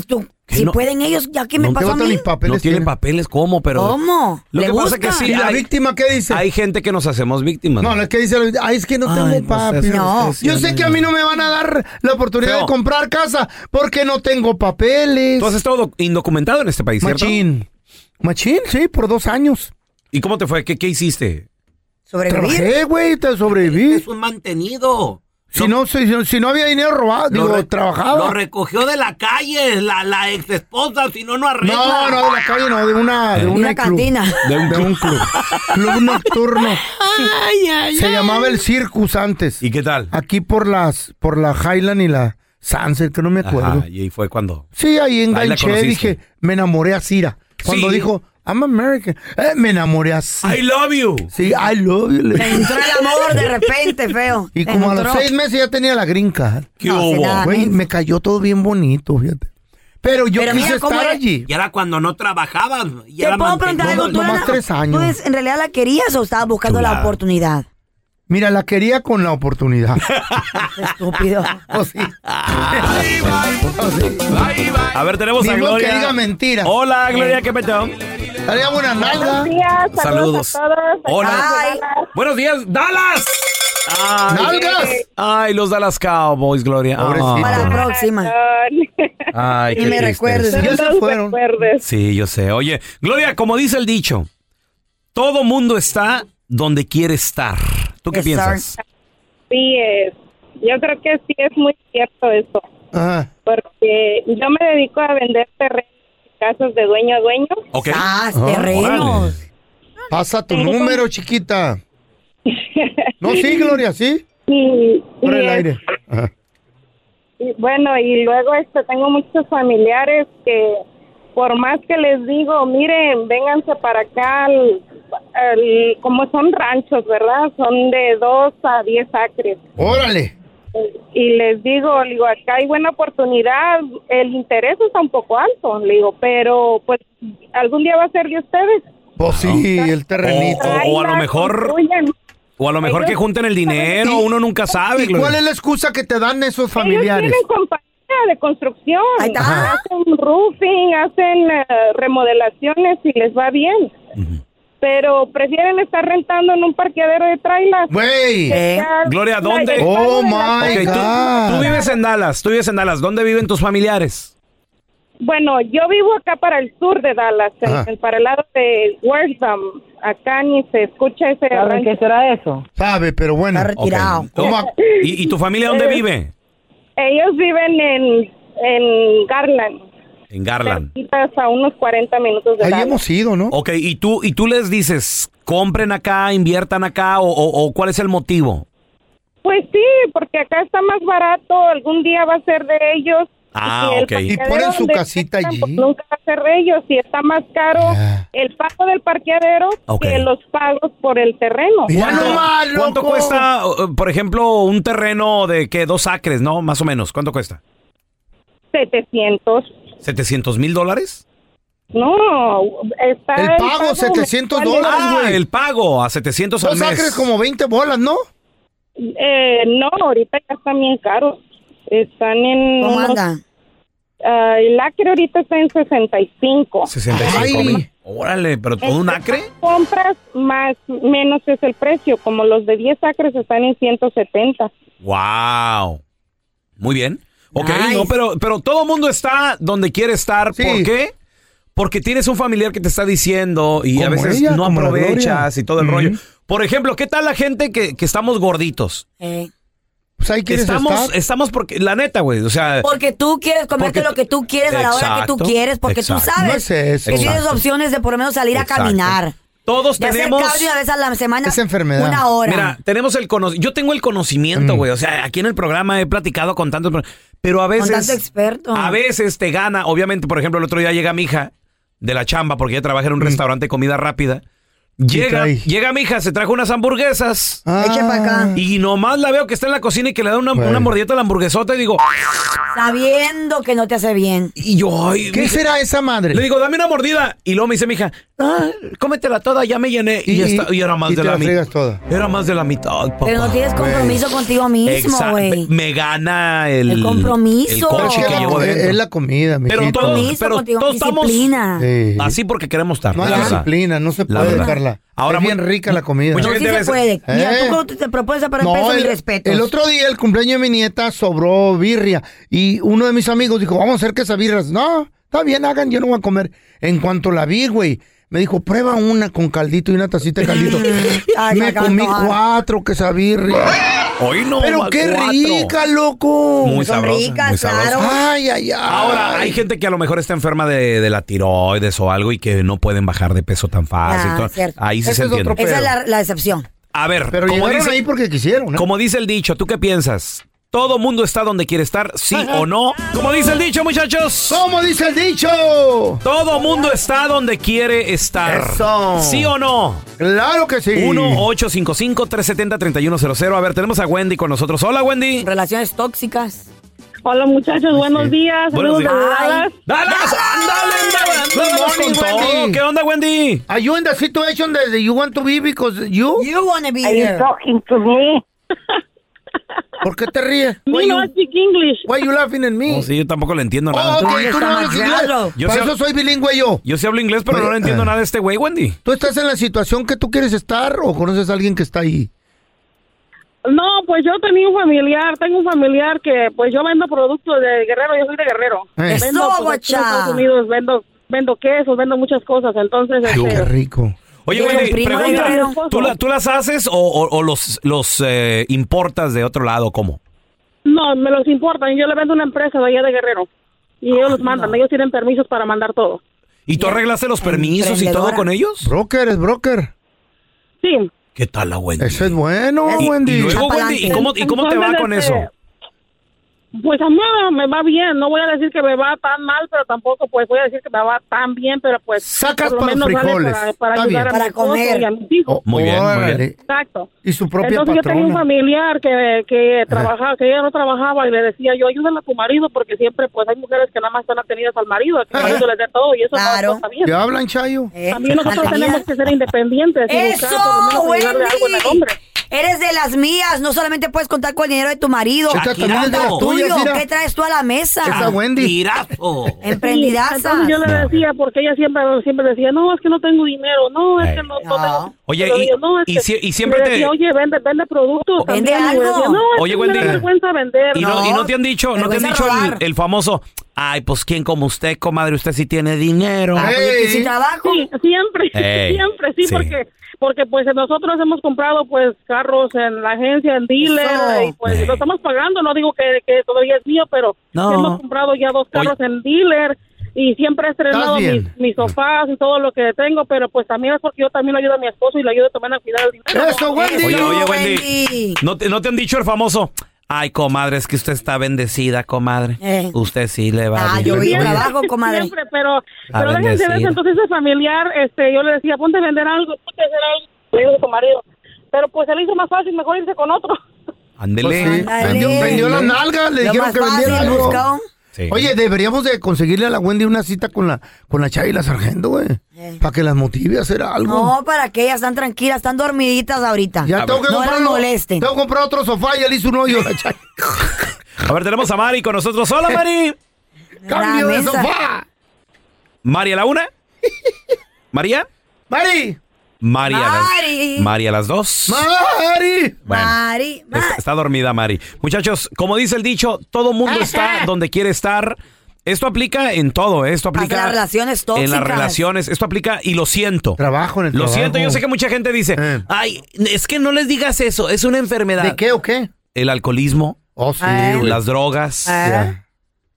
B: Si pueden ellos, ya que me
A: no
B: pasó a
A: tengo
B: mí.
A: tan- no tienen papeles, ¿cómo? Pero
B: ¿Cómo?
A: Lo
B: ¿Le
A: que pasa es que
B: buscan?
A: sí.
B: ¿Y la
A: víctima qué dice? Hay gente que nos hacemos víctimas.
C: No, es que dice, ay, es que no tengo
A: Ay, no
C: papi.
A: seas No.
C: Yo sé que a mí no me van a dar la oportunidad
A: Feo.
C: de comprar casa porque no tengo papeles.
A: Tú has estado indocumentado en este país, ¿cierto?
C: Machín. Machín, sí, por dos años.
A: ¿Y cómo te fue? ¿Qué, qué hiciste?
C: Trabajé, güey, te sobreviví.
A: Este
P: Es un mantenido.
C: Si no, si, no- si no había dinero robado, digo,
P: re-
C: trabajaba.
P: Lo recogió de la calle, la, la ex esposa, si no, no arregla.
C: no, no, de la calle, no, de una,
A: Eh.
C: de
P: De
C: una
P: una cantina.
C: De un, club. club nocturno.
P: Ay, ay,
C: Se
P: ay.
C: llamaba el Circus antes.
A: ¿Y qué tal?
C: Aquí por las, por la Highland y la Sunset, que no me acuerdo.
A: Ajá, y ahí fue cuando.
C: Sí, ahí
A: la
C: enganché,
A: conociste.
C: dije, me enamoré a Cira. Cuando
A: Sí.
C: dijo, I'm American, eh, me enamoré a Cira.
A: I love you.
C: Sí, I love you. le-
B: Me entró (laughs) el amor de repente, feo.
C: Y
B: Me
C: como a los
B: entró.
C: seis meses ya tenía la green card.
B: ¿Qué No, hubo? sí, nada,
C: Güey,
B: men.
C: me cayó todo bien bonito, fíjate. Pero yo
B: Pero
C: quise
B: mira cómo
C: estar
B: era-
C: allí.
P: Y era cuando no trabajabas. Y
B: ¿Te
P: era
B: puedo preguntar
P: mantenido.
B: algo? ¿Tú,
C: nomás
B: era-
C: tres años.
B: ¿Tú es- en realidad la querías o estabas buscando la oportunidad?
C: Mira, la quería con la oportunidad.
B: Estúpido.
A: A ver, tenemos
C: Ni
A: a
C: modo
A: Gloria.
C: que diga mentiras.
A: Hola, Gloria, ¿qué peteo?
C: Daría buena nalga.
Q: días,
A: saludos a
Q: todos.
A: Hola. Buenos días, Dallas. Ay,
Q: ¡Nalgas!
A: Ay, los Dallas Cowboys, Gloria.
B: Para la
A: Ay,
B: próxima.
A: ay, qué
B: Y me
A: triste.
B: recuerdes.
A: Sí, yo sé. Oye, Gloria, como dice el dicho, todo mundo está donde quiere estar. ¿Tú qué piensas?
Q: Sí, es. Yo creo que sí es muy cierto eso,
C: Ah,
Q: porque yo me dedico a vender terrenos y casas de dueño a dueño.
A: (laughs) Ok.
B: Ah,
C: terrenos. Pasa tu número, chiquita. No, sí, Gloria, sí.
Q: Y,
C: Por
Q: y
C: el
Q: es-
C: aire. Ajá.
Q: y bueno, y luego este, tengo muchos familiares que por más que les digo, miren, vénganse para acá, al- al- como son ranchos, ¿verdad? Son de 2 a 10 acres.
C: Órale.
Q: y les digo, le digo, acá hay buena oportunidad, el interés está un poco alto, le digo, pero pues algún día va a ser de ustedes.
C: Pues sí, el terrenito.
A: O, o a lo mejor,
Q: Construyan.
A: o a lo mejor que junten el dinero, uno nunca sabe.
C: ¿Y cuál es la excusa que te dan esos familiares?
Q: Ellos tienen compañía Ah, de construcción, hacen roofing, hacen eh, remodelaciones y les va bien. Pero prefieren estar rentando en un parqueadero de trailers.
C: Güey. Oh,
Q: Que ya-
A: Gloria, ¿dónde?
Q: el pago de la
A: Ok, tú-
Q: casa.
A: tú vives en Dallas, tú vives en Dallas. ¿Dónde viven tus familiares?
Q: Bueno, yo vivo acá para el sur de Dallas, en-
A: Ajá.
Q: en- para el lado de Wortham. Acá ni se escucha ese
C: ¿Saben
Q: rancho.
C: qué será eso? Sabe, pero bueno.
Q: Está retirado. Ok.
C: Toma-
A: ¿Y, y tu familia dónde
Q: Eh,
A: vive?
Q: Ellos viven en, en Garland,
A: En Garland.
Q: quizás a unos 40 minutos de Dallas.
C: ido, ¿no?
A: Ok, y tú, y tú les dices, compren acá, inviertan acá, o, o- o cuál es el motivo.
Q: Pues sí, porque acá está más barato, algún día va a ser de ellos.
A: Ah,
Q: el
A: ok. Y
Q: parqueadero
A: ponen su
Q: donde
A: casita
Q: rentan,
A: allí.
Q: pues, nunca va a ser de ellos, y está más caro el pago del parqueadero
A: Ok.
Q: que los pagos por el terreno.
A: ¿Cuánto, cuánto cuesta, eh, por ejemplo, un terreno de que dos acres, no? Más o menos, ¿cuánto cuesta?
Q: 700.
A: ¿700 mil dólares?
Q: No, está
C: El pago, 700 dólares,
A: Ah,
C: güey.
A: el pago a 700 al
C: Dos
A: mes.
C: acres como 20 bolas, ¿no?
Q: Eh, no, ahorita ya están bien caros. Están en.
B: ¿Cómo
Q: unos-
B: anda?
Q: Ah, el acre ahorita está en 65.
A: 65 mil. Órale, pero todo un acre.
Q: Compras más, menos es el precio. Como los de 10 acres están en 170.
A: Wow. Muy bien. Ok, no, pero, pero todo mundo está donde quiere estar. ¿Por qué? Porque tienes un familiar que te está diciendo y a
P: Como
A: veces
P: ella,
A: no
P: como la
A: aprovechas
P: Gloria.
A: y todo el
P: Ujú.
A: rollo. Por ejemplo, ¿qué tal la gente que, que estamos gorditos?
C: Pues ahí quieres
A: Eh, estamos,
C: estar.
A: estamos porque, la neta, güey, o sea,
B: Porque tú quieres comerte
A: Porque-
B: lo que tú quieres a la hora que tú
A: Exacto,
B: quieres, porque tú
A: exacto.
B: sabes
A: No es eso.
B: que tienes
A: Exacto.
B: opciones de por lo menos salir
A: Exacto.
B: a caminar.
A: todos
B: de
A: tenemos...
B: hacer cardio una vez a la semana.
C: Esa enfermedad.
B: Una hora.
A: Mira, tenemos el cono- yo tengo el conocimiento,
P: Mm.
A: güey, o sea, aquí en el programa he platicado con tantos, pero a
B: Con tanto
A: veces
B: experto.
A: A veces te
B: Mm.
A: gana, obviamente, por ejemplo, el otro día llega mi hija de la chamba porque ella trabaja en un restaurante de comida rápida. Llega, llega mi hija, se trajo unas hamburguesas.
B: Eche pa' acá.
A: Y nomás la veo que está en la cocina y que le da una, una mordidita a la hamburguesota y digo,
B: Sabiendo que no te hace bien.
A: Y yo, ay,
B: ¿Qué será
A: esa madre? Le digo, dame una mordida. Y luego me dice mi hija, ah, cómetela toda, ya me llené. Y,
B: Y-
A: ya está- y era más
B: y
A: de
B: te
A: la
B: la
A: mitad.
B: friegas
A: Era más de la mitad, papá.
B: Pero no tienes compromiso contigo mismo,
A: Exacto.
B: güey.
A: Me gana el,
B: El compromiso.
A: el coche
B: Es
A: que
B: que
A: llevo
B: la-
A: dentro.
C: Es la comida, mi
A: Pero todos,
B: Compromiso
A: pero
B: contigo,
A: todos estamos
B: disciplina.
A: así porque queremos estar.
C: No hay
A: la verdad.
C: disciplina, no se
A: La
C: puede,
A: verdad.
C: Carla.
A: Ahora
C: es bien
A: mu-
C: rica la comida.
A: mucha No, gente sí se ve-
B: puede. Mira,
C: ¿Eh?
B: tú cuando te- te propones separar peso, mi
C: el,
B: respeto.
C: el otro día, el cumpleaños de mi nieta, sobró birria. Y uno de mis amigos dijo, vamos a hacer quesabirras. No, está bien, hagan, yo no voy a comer. En cuanto la vi, güey, me dijo, prueba una con caldito y una tacita de caldito.
B: (laughs) Ay,
C: me
B: acá
C: comí
B: antojar.
C: cuatro quesabirrias.
A: Hoy no,
C: Pero
A: ma-
C: qué
A: cuatro.
C: rica, loco.
A: Muy Son sabrosa, ricas, muy sabrosa. claro.
C: Ay, ay, ay.
A: Ahora, hay gente que a lo mejor está enferma de, de la tiroides o algo y que no pueden bajar de peso tan fácil.
B: Ah,
A: Todo-
B: cierto.
A: Ahí sí
B: Ese
A: se
B: es otro
A: entiende.
B: Esa es la, la excepción.
A: A ver,
C: Pero
A: como
C: llegaron
A: dice,
C: ahí porque quisieron, ¿eh? ¿no?
A: como dice el dicho, ¿tú qué piensas? ¿Todo mundo está donde quiere estar, sí o no? Como dice el dicho, muchachos.
C: ¿Cómo dice el dicho?
A: Todo mundo está donde quiere estar.
C: Eso.
A: ¿Sí o no?
C: Claro que sí.
A: 1-855-370-3100. A ver, tenemos a Wendy con nosotros. Hola, Wendy.
B: Relaciones tóxicas.
F: Hola muchachos, buenos días.
A: Buenos días.
F: Saludos de Dallas.
A: ¡Dallas!
C: Good
A: Vámonos
C: morning,
A: con todo.
C: Wendy.
A: ¿Qué onda, Wendy?
C: Are you in the situation that you want to be because you?
B: You want to be
F: Are you here. talking to me? (laughs)
C: ¿Por qué te ríes?
F: Me no speak English.
C: Why you laughing at me?
A: No, sí, yo tampoco le entiendo nada.
C: Oh, ok, tú no hablas inglés.
A: Yo
C: Para
A: sí-
C: eso soy bilingüe yo.
A: Yo sí hablo inglés, pero no le entiendo nada de este güey, Wendy.
C: ¿Tú estás en la situación que tú quieres estar o conoces a alguien que está ahí?
F: No, pues yo tenía un familiar, tengo un familiar que pues yo vendo productos de Guerrero, yo soy de Guerrero.
C: Eh.
F: Vendo
C: ¡Eso,
F: productos de
C: guacha!
F: Estados Unidos, vendo vendo quesos, vendo muchas cosas, entonces este,
C: ah, rico.
A: Oye,
F: Pero
A: Wendy,
F: primo,
A: pregunta,
F: pero-
A: ¿tú, la- tú las haces o, o- o los, los eh, importas de otro lado? ¿Cómo?
F: no me los importan, yo le vendo a una empresa de allá de Guerrero y ellos los mandan, ellos tienen permisos para mandar todo.
A: ¿Y tú arreglaste los permisos y todo
F: Emprendedora.
A: con ellos?
C: Broker, es broker.
F: Sí.
A: ¿Qué tal la Wendy?
C: Eso es bueno,
A: Y-
C: Wendy.
A: Y, luego, Wendy, ¿y cómo, y cómo te va con eso?
F: Entonces, este, Pues a mí me va bien, no voy a decir que me va tan mal, pero tampoco pues voy a decir que me va tan bien, pero pues
C: Sacas
F: por lo
C: para los
F: menos sale
C: frijoles.
F: para, para
C: Está
F: ayudar
C: bien.
F: a mi
C: Para
F: esposo
C: comer.
F: y a mis hijos.
C: Oh, Muy bien, muy órale. bien.
F: Exacto.
C: Y su propia
F: Entonces yo tengo un
C: patrona.
F: familiar que, que trabajaba, que ella no trabajaba y le decía yo, ayúdale a tu marido porque siempre pues hay mujeres que nada más están atenidas al marido, que el marido les da todo y eso no- no, está bien.
C: ¿Te hablan, Chayo?
F: También nosotros tenemos que ser independientes y
B: ¡Eso,
F: buscar por lo menos ayudarle algo en el
B: Wendy!
F: hombre.
B: Eres de las mías. No solamente puedes contar con el dinero de tu marido.
F: Esta también es de las
B: Tuyo,
F: tuyas, mira.
B: ¿Qué traes tú a la mesa?
F: Tirazo.
B: Emprendidaza.
F: Entonces yo le decía, porque ella siempre, siempre decía, no, es que no tengo dinero, no, es que no, no tengo.
A: Oye,
F: Pero
A: y-
F: yo, no, es
A: y
F: que-
A: sie- y siempre
F: le
A: te-
F: decía, oye, vende, vende productos.
B: Vende
F: también", y me
B: algo.
F: decía, no, es
A: Oye,
F: que
A: Wendy. eh,
F: me da vergüenza vender.
A: Y no, y no te han dicho, no te han
F: vergüenza
A: dicho el, el famoso, ay, pues quién como usted, comadre, usted sí tiene dinero.
F: Ah, Sí, siempre, (laughs)
A: Ey.
F: siempre, sí,
A: Sí.
F: porque porque pues nosotros hemos comprado pues carros en la agencia, en dealer,
A: Eso.
F: y pues lo estamos pagando, no digo que, que todavía es mío, pero
A: No.
F: hemos comprado ya dos carros en dealer y siempre he estrenado
A: Estás
F: mis,
A: bien.
F: mis sofás y todo lo que tengo, pero pues también es porque yo también ayudo a mi esposo y le ayudo también a cuidar el dinero.
C: ¡Eso, Wendy!
A: Oye, oye, Wendy, ¿no te, no te han dicho el famoso, ay, comadre, es que usted está bendecida, comadre.
F: Eh.
A: Usted sí le va
F: Ah,
A: bien". (laughs)
F: yo vi
A: Oye,
F: (laughs) trabajo, comadre. Siempre, pero,
A: Ah,
F: pero déjense de
A: bendecida.
F: eso. Entonces, ese familiar, este, yo le decía, ponte a vender algo, ponte a hacer algo. Le digo a tu marido. Pero pues se le hizo más fácil, mejor irse con otro.
A: Ándele.
C: Vendió, vendió la nalga, le
F: Lo
C: dijeron
F: más
C: que vendiera
F: fácil,
C: algo.
F: buscado.
A: Sí.
C: Oye, deberíamos de conseguirle a la Wendy una cita con la con la Chayo y la Sargento, güey.
F: Eh.
C: Para que las motive a hacer algo.
B: No, para que ellas están tranquilas, están dormiditas ahorita.
C: Ya tengo que
B: no las
C: comprar
B: molesten.
C: Tengo que comprar otro sofá y él hizo un hoyo a la Chayo.
A: A ver, tenemos a Mari con nosotros. Hola, Mari.
C: ¡Cambio de
B: mesa.
C: sofá!
A: Mari a
C: (laughs)
A: la una. María.
C: Mari.
A: María a las,
B: Mari.
A: Mari a las dos.
C: Mari.
B: Mari.
A: Está, está dormida Mari. Muchachos, como dice el dicho, todo
B: Ah,
A: mundo está donde quiere estar. Esto aplica en todo, ¿eh? esto aplica
B: Hasta las relaciones
A: en las
B: tóxicas.
A: relaciones, esto aplica y lo siento.
C: Trabajo en el
A: Lo
C: trabajo.
A: siento, yo sé que mucha gente dice, ay, es que no les digas eso, es una enfermedad. ¿De
C: Eh. qué o qué?
A: El alcoholismo,
C: Oh,
B: Ah. güey.
A: las drogas.
B: Ah.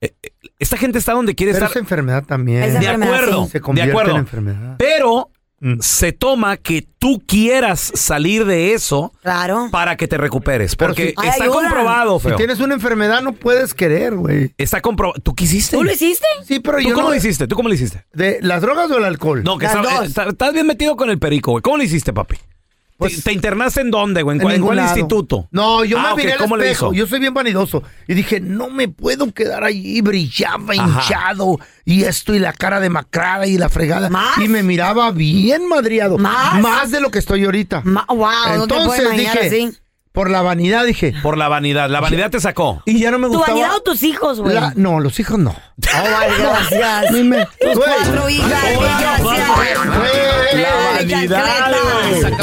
A: Eh, eh, Esta gente está donde quiere
C: Pero
A: estar.
C: esa enfermedad también.
A: de acuerdo,
C: Se
A: de
C: convierte
A: acuerdo.
C: en enfermedad. Mm.
A: Pero se toma que tú quieras salir de eso para que te recuperes. Porque
C: Pero si-
A: está
C: Ay, ayuda.
A: comprobado,
C: Si
A: feo.
C: tienes una enfermedad no puedes querer, güey.
A: Está comprobado. ¿Tú quisiste?
C: ¿Tú lo hiciste? Sí, pero
A: ¿Tú
C: yo
A: cómo
C: no-
A: lo hiciste? ¿Tú cómo lo hiciste?
C: ¿De las drogas o el alcohol?
A: No, que
C: Las
A: está-
C: dos.
A: eh, está- estás bien metido con el perico, güey. ¿Cómo lo hiciste, papi? ¿Te- ¿Te, internaste en dónde, güey? ¿En,
C: Pues, En
A: cuál- en
C: ningún
A: cuál
C: lado.
A: instituto?
C: No, yo
A: Ah,
C: me
A: ok,
C: miré al
A: ¿Cómo le
C: espejo.
A: hizo?
C: Yo soy bien vanidoso. Y dije, no me puedo quedar allí. Brillaba,
A: Ajá.
C: hinchado. Y esto, y la cara demacrada y la fregada. Y me miraba bien madriado.
B: ¿Más?
C: de lo que estoy ahorita.
B: wow, no te puedo
C: Entonces
B: imaginar
C: dije,
B: así.
C: por la vanidad dije.
A: Por la vanidad. La vanidad te sacó.
C: Y ya no me
B: ¿Tu
C: gustaba.
B: vanidad o tus hijos, güey?
C: La- no, los hijos no.
B: Ay,
C: (laughs)
B: gracias.
C: Dime.
B: Tus
C: Güey.
B: cuatro hijas,
C: Güey,
B: gracias.
C: la vanidad,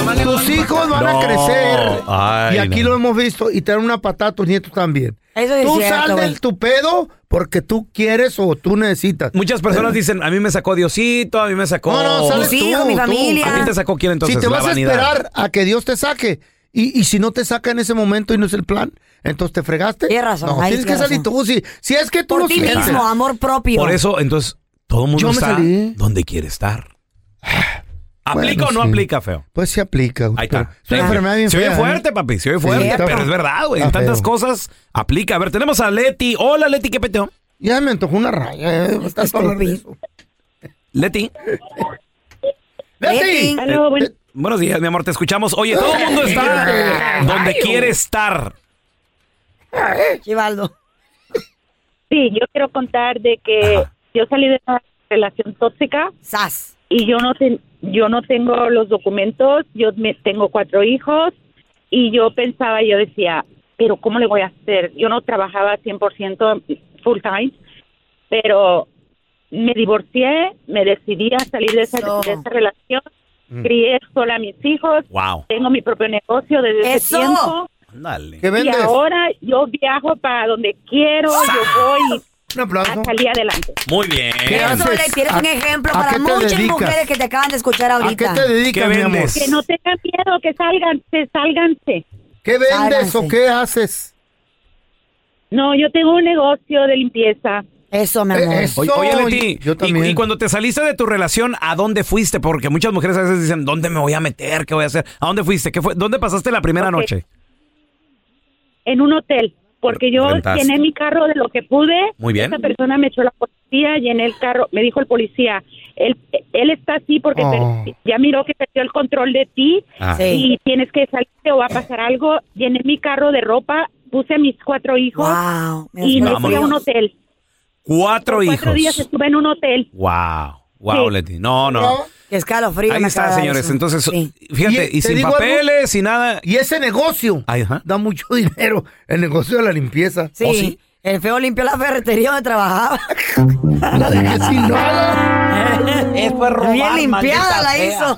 C: güey. Tus hijos van
A: No,
C: a crecer.
A: Oh, ay,
C: y aquí
A: no.
C: lo hemos visto. Y te dan una patada a tus nietos también.
B: Eso es
C: tú
B: cierto,
C: sal
B: güey.
C: del tu pedo porque tú quieres o tú necesitas.
A: Muchas personas dicen, a mí me sacó Diosito, a mí me sacó...
C: No, no, sales tú, tú.
A: Oh. ¿A ti te sacó quién entonces?
C: Si te
A: La
C: vas a
A: vanidad.
C: esperar a que Dios te saque. Y, y si no te saca en ese momento y no es el plan, entonces te fregaste. Tienes
B: razón,
C: No,
B: ahí
C: tienes que
B: tienes
C: salir tú. Si, si es que tú
B: Por
C: lo
B: ti
C: sientes.
B: mismo, amor propio.
A: Por eso, eh, entonces, todo el mundo
C: Yo me
A: está
C: salí. Ah.
A: donde quiere estar. ¿Aplica
C: Bueno,
A: o no
C: sí.
A: aplica, feo?
C: Pues se aplica, güey.
A: Ahí está.
C: pero Es una enfermedad bien
A: se oye
C: fea, ¿eh?
A: fuerte, papi, se oye
C: Sí,
A: fuerte,
C: está
A: pero
C: feo.
A: es verdad, güey. En
C: Está
A: tantas
C: feo.
A: cosas aplica. A ver, tenemos a Leti. Hola, Leti, ¿qué peteo?
C: Ya me antojó una raya. eh, tanto hablar de eso.
A: Leti.
C: Leti.
A: Eh, eh, buenos días, mi amor, te escuchamos. Oye, todo el
C: (laughs)
A: mundo está donde quiere estar.
B: (laughs) Chivaldo.
R: Sí, yo quiero contar de que yo salí de una relación tóxica.
B: ¡Sas!
R: Y yo no, ten- yo no tengo los documentos, yo me- tengo cuatro hijos y yo pensaba, yo decía, pero ¿cómo le voy a hacer? Yo no trabajaba 100% full time, pero me divorcié, me decidí a salir de esa, de esa relación,
A: Mm.
R: crié sola a mis hijos,
A: Wow.
R: tengo mi propio negocio desde ese
B: ¡Eso!
R: tiempo.
A: Ándale.
R: Y ahora yo viajo para donde quiero, yo voy
C: y
R: a salir adelante.
A: Muy bien.
B: Eso le tienes un ejemplo para muchas mujeres que te acaban de escuchar ahorita.
A: ¿Qué vendes?
R: Que no tengan miedo, que sálganse, sálganse.
C: ¿Qué vendes o qué haces?
R: No, yo tengo un negocio de limpieza.
B: Eso, mi
C: amor.
A: Oye, oye, Leti,
C: Eh, Yo
A: y-
C: también.
A: Y, cuando te saliste de tu relación, ¿a dónde fuiste? Porque muchas mujeres a veces dicen, ¿dónde me voy a meter? ¿Qué voy a hacer? ¿A dónde fuiste? ¿Qué fue? ¿Dónde pasaste la primera noche?
R: En un hotel, porque yo
A: Rentaste.
R: llené mi carro de lo que pude.
A: Muy bien.
R: Esa persona me echó la policía, llené el carro. Me dijo el policía, él, él está así porque
A: Oh.
R: per- ya miró que perdió el control de ti
A: Ah.
R: y tienes que salirte o va a pasar algo. Llené mi carro de ropa, puse a mis cuatro hijos y me fui a un
A: Vámonos.
R: hotel.
A: Cuatro hijos.
R: Cuatro días estuve en un hotel.
A: Wow. Wow,
R: Sí.
A: Leti. No, no.
B: Que escalofrío.
A: Ahí
B: me
A: está,
B: acaba de dar
A: señores.
B: eso.
A: Entonces, fíjate, y,
C: te
A: sin
C: digo
A: papeles,
C: algo.
A: sin nada.
C: Y ese negocio da mucho (laughs) dinero. El negocio de la limpieza.
A: Oh,
B: Sí, el feo limpió la ferretería
A: (laughs)
B: donde trabajaba.
C: la dejé sin
B: (laughs) nada.
A: es por
B: robar, Bien
M: maldita
B: limpiada la
M: sea.
B: hizo.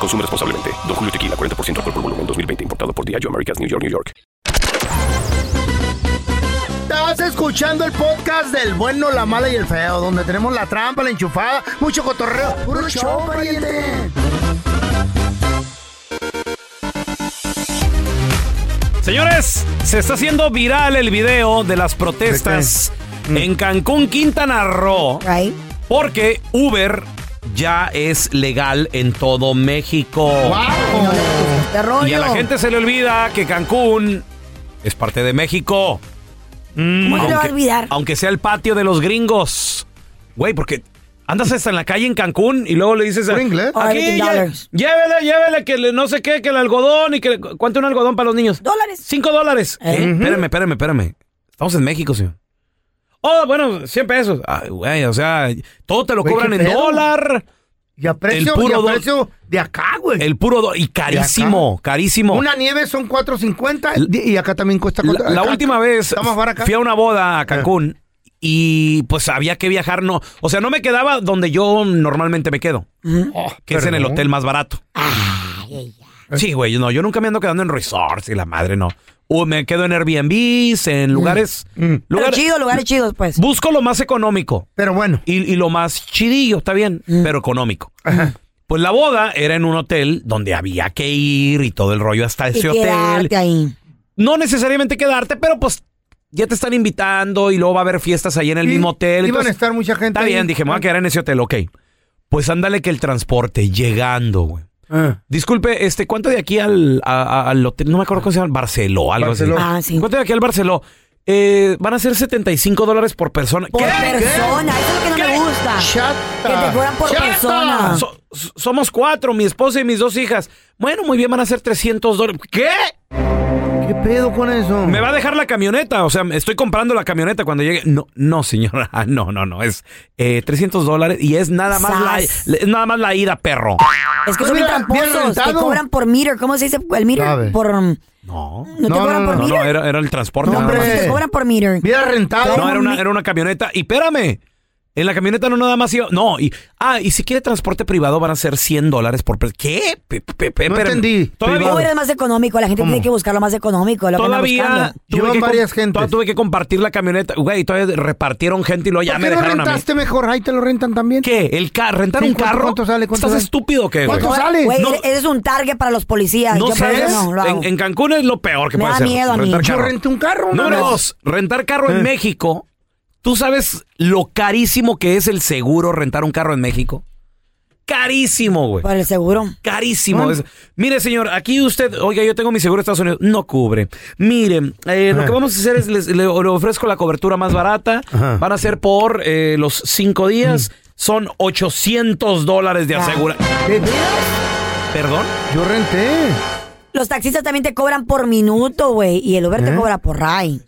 S: Consume responsablemente. Don Julio Tequila, 40% alcohol por volumen, 2020. Importado por Diageo Americas, New York, New York.
C: Estás escuchando el podcast del bueno, la mala y el feo, donde tenemos la trampa, la enchufada, mucho cotorreo. ¡Puro show, pariente!
A: Señores, se está haciendo viral el video de las protestas en Cancún, Quintana Roo. Porque Uber ya es legal en todo México. Y a la gente se le olvida que Cancún es parte de México. Mm,
B: ¿Cómo se le va a olvidar?
A: Aunque sea el patio de los gringos. Güey, porque andas hasta en la calle en Cancún y luego le dices... a- Aquí,
O: Everything
A: lle-
O: dollars.
A: llévele, llévele, que le- no sé qué, que el algodón y que... ¿Cuánto un algodón para los niños? Dólares. ¿Eh? Cinco dólares. ¿Qué? Espérame, espérame, espérame. Estamos en México, señor. Oh, bueno, 100 pesos. Ay, güey, o sea, todo te lo
C: Güey,
A: cobran
C: ¿qué
A: en
C: pedo?
A: dólar.
C: Y a precio- y a precio
A: de acá, güey. El puro dólar. Y carísimo, carísimo.
C: Una nieve son 4.50 y acá también cuesta
A: La-
C: cuatro-
A: La,
C: acá-
A: última vez
C: está más Eh. barato acá.
A: fui a una boda a Cancún y pues había que viajar, no, o sea, no me quedaba donde yo normalmente me quedo,
C: Oh,
A: que es en el
H: perdón.
A: hotel más barato. Sí, güey, no, yo nunca me ando quedando en resorts y la madre no. O me quedo en Airbnbs,
C: Mm.
A: en lugares...
B: Mm. Pero chido, lugares
A: chidos, pues. Busco lo más económico. Pero bueno. Y, y lo más chidillo, está bien,
B: Mm.
A: pero económico. Pues la boda era en un hotel donde había que ir y todo el rollo hasta
B: Y
A: ese hotel.
B: quedarte ahí.
A: No necesariamente quedarte, pero pues ya te están invitando y luego va a haber fiestas ahí en el mismo hotel.
C: Iban a
A: Entonces,
C: estar mucha gente
A: Está
C: ahí.
A: bien, dije, me voy a quedar en ese hotel, ok. Pues ándale que el transporte, llegando, güey.
C: Ah.
A: Disculpe, este, ¿cuánto de aquí al, a- a- al hotel? No me acuerdo cómo se llama, Barceló, algo
B: Barceló.
A: así.
B: Ah,
A: ¿Cuánto de aquí al Barceló? Eh, van a ser 75 dólares por persona.
B: Por
A: ¿Qué?
B: persona, eso es lo que no me gusta. que te fueran por
A: Shut
B: persona.
A: up. So- so- somos cuatro, mi esposa y mis dos hijas. Bueno, muy bien, van a ser 300 dólares. ¿Qué?
C: ¿Qué pedo con eso?
A: Me va a dejar la camioneta, o sea, estoy comprando la camioneta cuando llegue. No, no, señora, (laughs) no, no, no, es eh, 300 dólares y es nada más la,
B: Sas.
A: es nada más la ida, perro.
B: Es que son bien tramposos, te cobran por meter, ¿cómo se dice el
A: Sabe.
B: meter? Por, um,
A: No,
B: ¿No te cobran por
A: no,
B: meter?
A: era, era el transporte. nada más.
B: te cobran por meter.
A: No, era una, era una camioneta. Y espérame. En la camioneta no nada más iba. No, y. Ah, y si quiere transporte privado van a ser 100 dólares por. per- ¿Qué? Pe- pe- pe- espérame. Todavía.
B: Uber es más económico, la gente tiene que buscar lo más económico, lo que anda
A: Todavía
B: buscando.
A: tuve que, varias tuve que compartir la camioneta. Güey, todavía repartieron gente y luego ya
C: ¿Por
A: me
C: qué lo
A: dejaron a mí.
C: rentaste mejor? Ahí te lo rentan también.
A: ¿Qué? ¿El ca- ¿Rentar
C: Sí,
A: un
C: ¿cuánto-
A: carro?
C: cuánto sale? ¿Cuánto
A: ¿Estás
C: sale?
A: estúpido o qué, güey?
C: ¿Cuánto sale?
B: Güey,
A: No,
B: eres- eres un target para los policías.
A: no
B: yo por
A: sabes.
B: eso no lo hago.
A: en, en Cancún es lo peor que
B: Me
A: puede
B: da
A: ser.
B: miedo a mí.
A: rentar
B: Yo
A: carro.
B: renté un carro una
A: Número
B: vez.
A: dos, rentar carro en
B: Eh.
A: México. ¿Tú sabes lo carísimo que es el seguro rentar un carro en México? Carísimo, güey.
B: Para el seguro.
A: Carísimo. es- Mire, señor, aquí usted, oiga, yo tengo mi seguro de Estados Unidos, no cubre. Mire, eh, lo que vamos a hacer es, les- le, le ofrezco la cobertura más barata.
H: Ajá.
A: Van a ser por eh, los cinco días. Son 800 dólares de asegura. ¿Perdón?
C: Yo renté.
B: Los taxistas también te cobran por minuto, güey, y el Uber te
C: ¿Eh?
B: cobra por ride.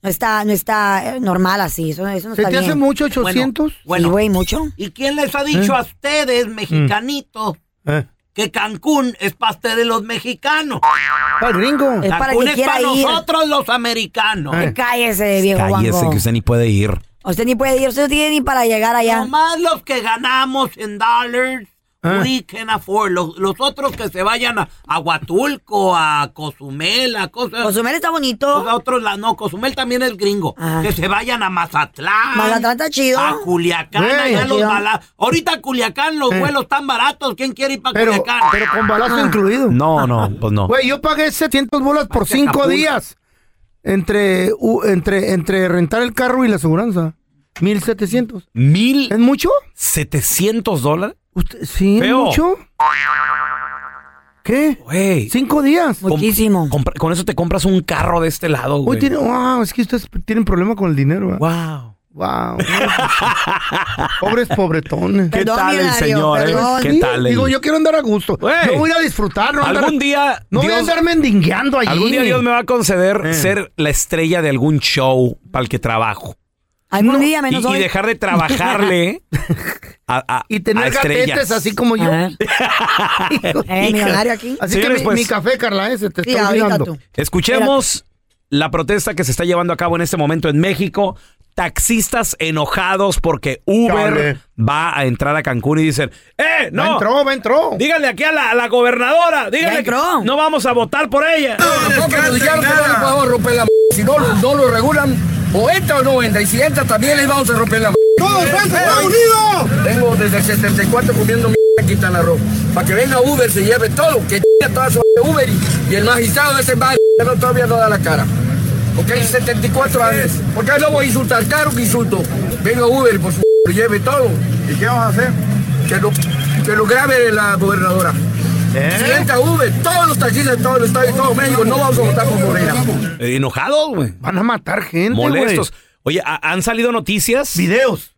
B: No está, no está eh, normal así, eso, eso no
C: ¿Se
B: está
C: te hace
B: bien.
C: mucho 800?
B: Bueno, sí, güey, mucho.
P: ¿Y quién les ha dicho
C: ¿Eh?
P: a ustedes, mexicanitos,
C: ¿Eh?
P: que Cancún es parte de los mexicanos?
C: Para Ah, el gringo. ¿Eh?
P: Cancún
B: Es para el que
P: es para
B: quiera ir.
P: nosotros los americanos.
B: Ay, Cállese, viejo
A: Cállese,
B: guango.
A: que usted ni puede ir.
B: Usted ni puede ir, usted no tiene ni para llegar allá.
P: Nomás los que ganamos en dólares,
C: ¿Eh?
B: Ah.
P: we can afford. Los, los otros que se vayan a Aguatulco, a Cozumel, a cosas.
B: Cozumel está bonito.
P: Los otros, la, no, Cozumel también es gringo. Que se vayan a Mazatlán.
B: Mazatlán está chido.
P: A Culiacán,
B: Güey,
P: allá
B: está
P: los
B: chido.
P: bala- Ahorita Culiacán los
C: Eh.
P: vuelos están baratos. ¿Quién quiere ir para
C: Pero-
P: Culiacán?
C: pero con balazo
P: Ah.
C: incluido.
A: No, no, pues no.
C: Güey, yo pagué 700 bolas por
P: Vete a
C: 5
P: Acapulco.
C: días. Entre, u- entre, entre rentar el carro y la aseguranza. 1700.
A: ¿Mil?
C: ¿Es mucho?
A: ¿700 dólares?
C: Sí, ¿es
A: Feo.
C: mucho? ¿Qué?
A: Güey.
C: Cinco días.
B: Muchísimo.
A: Con, eso te compras un carro de este lado,
C: Uy,
A: güey.
C: tiene, ah, wow, es que ustedes tienen problema con el dinero. ¿ah? Wow. Wow. Pobres pobretones.
A: ¿Qué Perdón, tal el millonario, señor, eh? perdón. ¿Qué tal el-
C: Digo, yo quiero andar a gusto. Yo voy a ir a disfrutar. No
A: Algún
C: andar-
A: día
C: No voy a
A: Dios-
C: andar mendigangueando allí.
A: (laughs) Algún día Dios me va a conceder
C: Eh.
A: ser la estrella de algún show para el que trabajo.
B: Algún día
A: Y,
B: menos
A: y
B: hoy.
A: dejar
C: (laughs)
A: de trabajarle a, a-
C: Y tener
A: a
C: gatetes
A: estrellas.
C: así como yo.
A: Ajá.
C: (laughs)
B: Eh, millonario aquí.
C: Así
A: Señores,
C: que mi,
A: pues.
C: mi café, Carla, ese te
B: Sí,
C: está
B: ahorita
C: olvidando.
B: tú.
A: Escuchemos la protesta que se está llevando a cabo en este momento en México. Taxistas enojados porque Uber
C: Chale.
A: va a entrar a Cancún y dicen, ¡eh, no!
C: Va, entró, va, entró.
A: Díganle aquí a la, a la gobernadora, díganle que no vamos a votar por ella.
E: Si no, no lo regulan, o entra o no entra, y si entra también les vamos a romper la
O: ¡Todos frente, Estados
E: unido! Tengo desde el 74 comiendo m*** en Quintana Roo. Para que venga Uber, se lleve todo, que toda su Uber y- y el magistrado de ese barrio no, todavía no da la cara. Ok, 74 años. Porque no voy a insultar, claro que insulto. Venga Uber, por su lleve todo. ¿Y qué vamos a hacer? Que lo, que lo grabe la gobernadora.
A: ¿Eh?
E: Sienta Uber, todos los taxistas de todo el estado y todo México no vamos a votar por Morena.
A: Eh, Enojados, güey.
C: Van a matar gente,
A: Molestos. Oye, ¿ha- han salido noticias. Videos.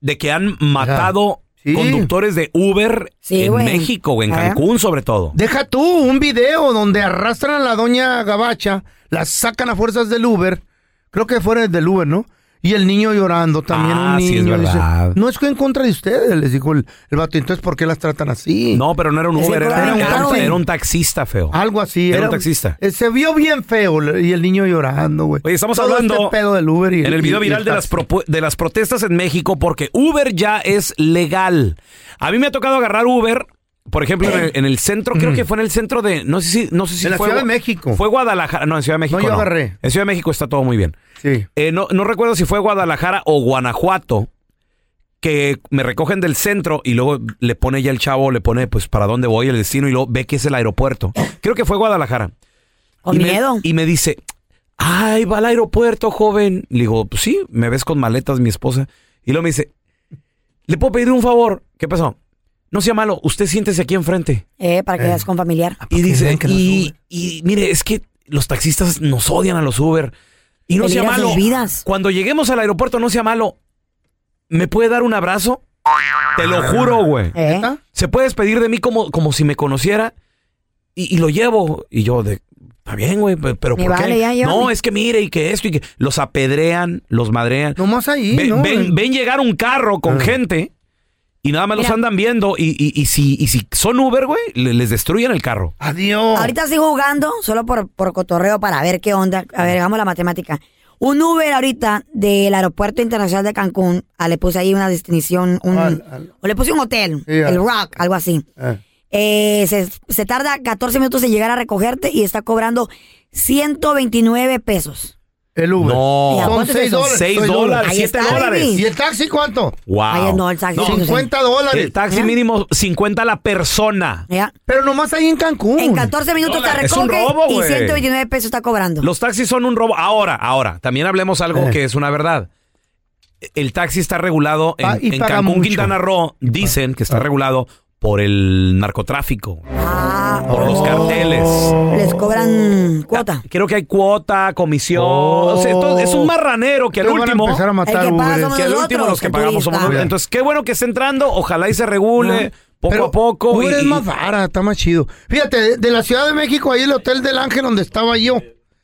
A: De que han matado conductores de Uber
C: Sí,
A: en
C: güey.
A: México, güey, en
C: Ah.
A: Cancún sobre todo.
C: Deja tú un video donde arrastran a la doña Gabacha, la sacan a fuerzas del Uber, creo que fuera del Uber, ¿no? Y el niño llorando también.
A: Ah,
C: un
A: sí,
C: niño,
A: es
C: dice,
A: verdad.
C: no es que en contra de ustedes, les dijo el, el vato. Entonces, ¿por qué las tratan así?
A: No, pero no era un
C: Sí,
A: Uber,
C: pero
A: era,
C: era un
A: era un,
C: taxi.
A: era un taxista feo.
C: Algo así.
A: Era un taxista.
C: eh, se vio bien feo le- y el niño llorando, güey.
A: Oye, estamos
C: Todo
A: hablando
C: este pedo del Uber y
A: en el video
C: y- y
A: viral de las
C: taxi.
A: propu- de las protestas en México porque Uber ya es legal. A mí me ha tocado agarrar Uber, por ejemplo, en el, en el centro, creo que fue en el centro de no sé si no sé si
C: Mm. En la
A: fue
C: Ciudad de
A: Gua-
C: México.
A: Fue Guadalajara, no, en Ciudad de México.
C: yo agarré.
A: En Ciudad de México está todo muy bien. Eh,
C: Sí.
A: no, no recuerdo si fue Guadalajara o Guanajuato que me recogen del centro y luego le pone ya el chavo, le pone pues para dónde voy el destino y luego ve que es el aeropuerto. Creo que fue Guadalajara.
B: Con
A: y
B: miedo.
A: Me, y me dice, ay, va al aeropuerto, joven. Le digo, pues sí, me ves con maletas, mi esposa. Y luego me dice, ¿le puedo pedir un favor? ¿Qué pasó? No sea malo, usted siéntese aquí enfrente.
B: Eh, Ah, para que
A: Eh.
B: veas con familiar.
A: Y dice, y, y mire, es que los taxistas nos odian a los Uber. Y no sea
B: Peligran
A: malo.
B: sus vidas.
A: Cuando lleguemos al aeropuerto, no sea malo. ¿Me puede dar un abrazo? Te
C: Ah.
A: lo juro, güey.
B: ¿Eh?
A: Se puede despedir de mí como, como si me conociera y, y lo llevo. Y yo de, está bien, güey, pe- pero
B: Me
A: ¿por
B: vale,
A: qué?
B: ya, llévame.
A: no, es que mire y que esto y que los apedrean, los madrean.
C: Nomás ahí,
A: ven,
C: ¿no? Ah.
A: ven- ven llegar un carro con gente y nada más los
B: Mira.
A: andan viendo y, y- y si, y si son Uber, güey, le- les destruyen el carro.
C: Adiós.
B: Ahorita sigo jugando, solo por, por cotorreo para ver qué onda. A ver, hagamos la matemática. Un Uber ahorita del Aeropuerto Internacional de Cancún, ah, le puse ahí una distinción, un, o le puse un hotel,
C: Sí, al-
B: el Rock, algo así. Eh, se, se tarda 14 minutos en llegar a recogerte y está cobrando 129 pesos.
C: El Uber.
A: No.
B: Mira,
C: Son
B: ¿cuánto es
C: 6
B: eso?
C: dólares.
A: Seis
C: soy el Uber.
A: dólares, Ahí siete está, dólares. baby.
C: ¿Y el taxi cuánto?
A: Wow.
B: Ay, no, el taxi, sí, ¿Eh? sí.
C: 50 dólares.
A: El taxi mínimo 50 la persona.
B: Ya.
C: Pero nomás ahí en Cancún.
B: En 14 minutos te
A: Es un
B: recoge
A: robo,
B: y
A: güey.
B: 129 pesos está cobrando.
A: Los taxis son un robo. Ahora, ahora, también hablemos
C: Eh.
A: algo que es una verdad. El taxi está regulado
C: Pa-
A: en,
C: Ah, y
A: en
C: paga
A: Cancún,
C: mucho. Ah.
A: Quintana Roo. Dicen que está regulado por el narcotráfico, por los carteles.
B: Oh. Les cobran cuota.
A: Ah, Creo que hay cuota, comisión. o sea, esto- es un marranero que al
C: Ustedes van a
A: último.
C: Oh. empezar a matar
B: El que paga Uber. somos
A: que al último
B: nosotros,
A: los que
B: el
A: pagamos somos
B: turista.
A: nosotros. Entonces, qué bueno que esté entrando. Ojalá y se regule poco
C: Ah. Pero
A: a poco.
C: Uber
A: y-
C: es
A: y-
C: más vara, está más chido. Fíjate, de, de la Ciudad de México, ahí el Hotel del Ángel donde estaba yo,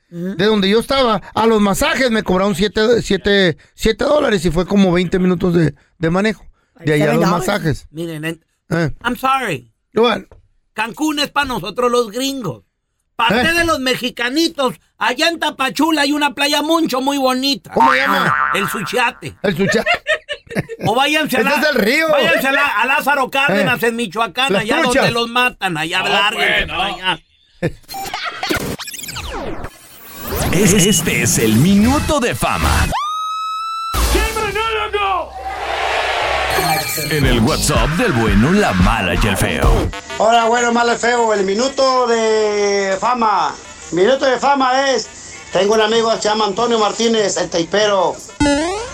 C: de donde yo estaba, a los masajes me cobraron 7 siete, siete dólares y fue como 20 minutos de, de manejo. De allá a los
P: $7.
C: masajes.
P: Miren, en-
C: Eh.
P: I'm sorry.
C: Igual.
P: Cancún es para nosotros los gringos.
C: Eh.
P: Para ustedes los mexicanitos, allá en Tapachula hay una playa mucho muy bonita. Ah,
C: ¿Cómo se llama?
P: El Suchiate.
C: El sucha-
P: O váyanse a, la-
C: Ese es el río.
P: váyanse a, la- a Lázaro Cárdenas
C: Eh.
P: en Michoacán,
C: Las
P: allá
C: truchas.
P: donde los matan, allá lárguense para allá.
J: Es- Este es el minuto de fama. En el WhatsApp del bueno, la mala y el feo.
T: Hola, bueno, mal feo. El minuto de fama. Minuto de fama es. Tengo un amigo que se llama Antonio Martínez, el taipero.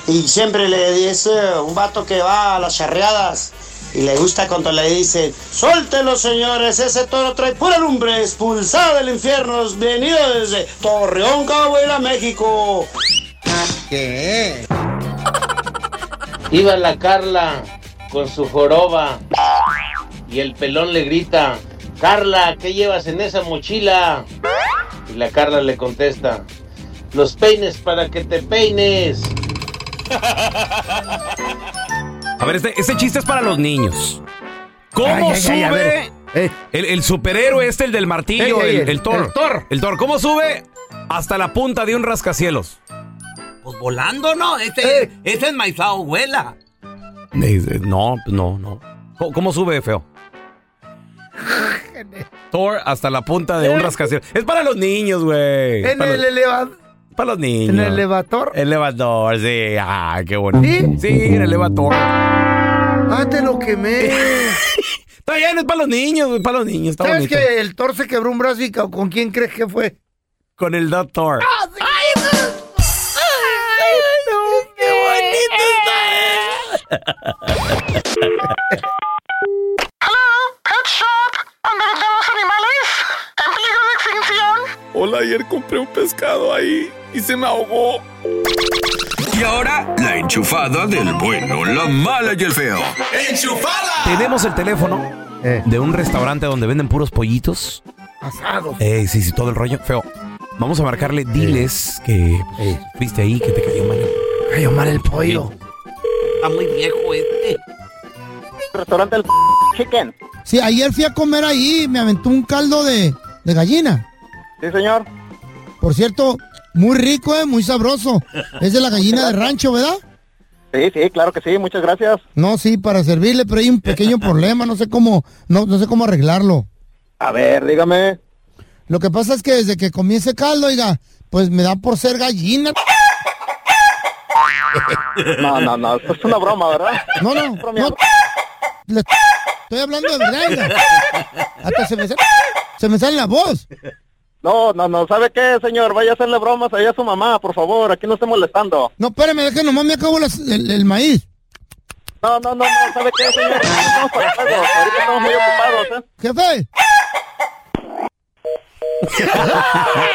T: Y siempre le dice un vato que va a las charreadas. Y le gusta cuando le dicen: Suéltelo, señores, ese toro trae pura lumbre, expulsado del infierno, venido desde Torreón, Coahuila, México.
D: ¿Qué? Iba la Carla con su joroba y el pelón le grita, Carla, ¿qué llevas en esa mochila? Y la Carla le contesta, los peines para que te peines.
A: A ver, este, este chiste es para los niños. ¿Cómo
D: Ay, ay, ay, a
A: sube
D: ver.
A: el, el superhéroe este, el del martillo,
C: eh. Ey, ey,
A: el,
C: el-
A: el Thor?
C: el Thor.
A: El Thor, ¿cómo sube hasta la punta de un rascacielos?
P: Pues volando, ¿no? Ese,
C: Eh.
P: ese es Maizao abuela.
A: No, pues, no, no. ¿Cómo, cómo sube, feo? Thor hasta la punta de un rascacielos. Es para los niños, güey.
C: En
A: Para
C: el
A: los-
C: elevador.
A: para los niños.
C: En el elevador.
A: Elevador, sí. Ah, qué bonito.
C: ¿Sí?
A: Sí, en el elevador. (laughs)
C: Ah, te lo quemé.
A: Está bien, es para los niños, güey, para los niños. Está
U: ¿Sabes
A: bonito.
U: que el Thor se quebró un brazo y ca- con quién crees que fue?
A: Con el doctor.
V: ¡Qué bonito
J: Hola, ayer compré un pescado ahí y se me ahogó. Y ahora, la enchufada del bueno, la mala y el feo. ¡Enchufada!
A: Tenemos el teléfono
U: Eh.
A: de un restaurante donde venden puros pollitos.
U: Asado.
A: Ey, sí, sí, todo el rollo. Feo. Vamos a marcarle,
U: Eh.
A: diles que pues, viste ahí, que te cayó mal. Cayó mal el pollo.
W: Está muy viejo este.
O: Restaurante del Chicken.
C: Sí, ayer fui a comer ahí, me aventó un caldo de, de gallina.
O: Sí, señor.
C: Por cierto, muy rico, eh, muy sabroso. Es de la gallina de rancho, ¿verdad?
O: Sí, sí, claro que sí, muchas gracias.
C: No, sí, para servirle, pero hay un pequeño problema, no sé cómo, no, no sé cómo arreglarlo.
O: A ver, dígame.
C: Lo que pasa es que desde que comí ese caldo, oiga, pues me da por ser gallina.
O: No, no, no, esto es una broma, ¿verdad?
C: No, no, no. Le- estoy hablando de verdad, oiga. Hasta se me, sa- se me sale la voz.
O: No, no, no, ¿sabe qué, señor? Vaya a hacerle bromas allá a su mamá, por favor, aquí no esté molestando.
C: No, espérame, deja nomás me acabo las- el, el maíz.
O: No, no, no, no, ¿sabe qué, señor? Estamos para el juego, ahorita estamos muy ocupados, ¿eh?
C: Jefe.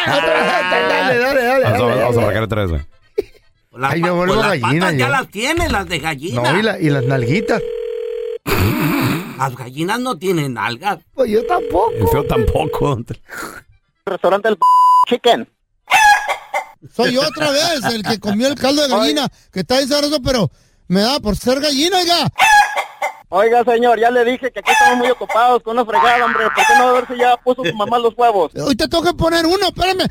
U: dale, dale, dale.
A: Vamos a, vamos a marcar otra vez, güey.
U: Ay, me vuelvo
W: Pues las
U: gallina.
W: patas ya
U: yo.
W: las tienes, las de gallina.
U: No, y, la- y las nalguitas.
W: Las gallinas no tienen algas.
U: Pues yo tampoco.
A: El feo tampoco.
O: Restaurante del Chicken.
C: Soy yo otra vez el que comió el caldo de gallina, que está bien sabroso, pero me da por ser gallina, oiga.
O: Oiga, señor, ya le dije que aquí estamos muy ocupados con una fregada, hombre. ¿Por qué no a ver si ya puso su mamá los huevos?
C: Hoy te tengo que poner
U: (laughs)
C: uno, espérame.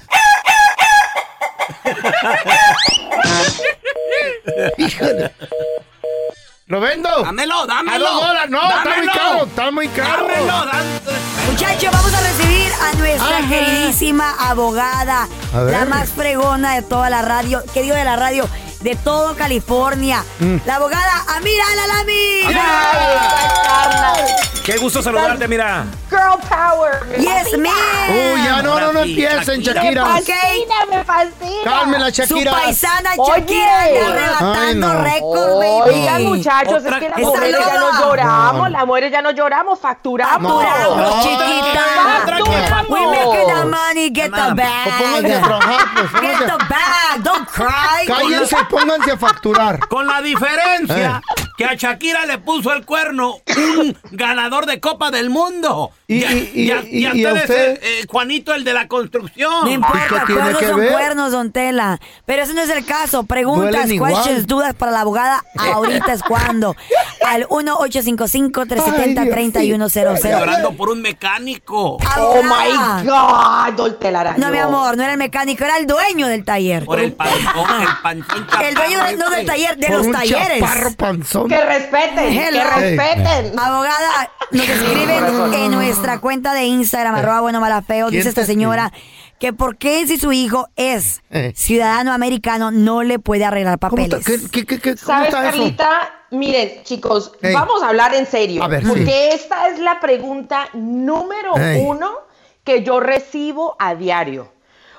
U: Híjole. ¿Lo vendo?
W: Dámelo, dámelo.
U: A dos dólares. No, está muy
W: Dámelo.
U: caro, está muy caro.
B: Muchachos, vamos a recibir a nuestra
U: Ajá.
B: queridísima abogada,
X: A ver.
B: la más fregona de toda la radio, que digo de la radio, de todo California.
X: Mm.
B: La abogada Amira Lalami.
A: Qué gusto saludarte, mira.
X: Girl power. me
B: Yes,
X: fascina.
B: ma'am.
U: Uy, ya, no, no, no empiecen, Shakira.
X: Me fascina, me fascina.
U: Cálmela, Shakira.
B: Su paisana Shakira
X: Oye.
B: anda arrebatando
U: Ay, no.
B: récord, baby.
X: Oigan, muchachos, es que las
B: Esa
X: mujeres ya
B: loba.
X: no lloramos, las mujeres ya no lloramos, facturamos.
B: Facturamos, chiquita.
X: Facturamos.
B: We making the money, get the bag.
U: pónganse a trabajar, pues,
B: Get
U: pónganse.
B: the bag, ah, don't cry.
U: Cállense, pónganse a facturar.
W: Con la diferencia
U: Eh.
W: que a Shakira le puso el cuerno un ganador de Copa del Mundo.
U: Y-
W: a-
U: y-
W: a-
U: y-
W: a
U: y a
W: ustedes,
U: usted.
W: eh, eh, Juanito, el de la construcción.
B: No importa, cuernos son cuernos, don Tela. Pero ese no es el caso. Preguntas,
W: Duelen igual.
B: questions, dudas para la abogada. Ahorita es cuando. Al 1-855-370-3100.
W: Está Llorando por un mecánico.
B: Oh
X: my God, don Telaraño.
B: No, mi amor, no era el mecánico, era el dueño del
W: (laughs)
B: taller.
W: Por el panzón, el panzón
B: El dueño de- no del taller, de
U: Por
B: los
U: un
B: talleres.
U: chaparro panzón.
X: Que respeten,
B: Hello.
X: que respeten.
B: Abogada, nos escriben en nuestra cuenta de Instagram, arroba bueno mala feo,
X: ¿Quién
B: dice
X: te
B: esta señora que por qué si su hijo es
X: Eh.
B: ciudadano americano no le puede arreglar papeles.
X: ¿Sabes,
B: está eso?
X: Carlita? Miren, chicos,
B: Ey.
X: vamos a hablar en serio.
B: A ver,
X: porque
B: sí.
X: esta es la pregunta número
B: Ey.
X: uno que yo recibo a diario.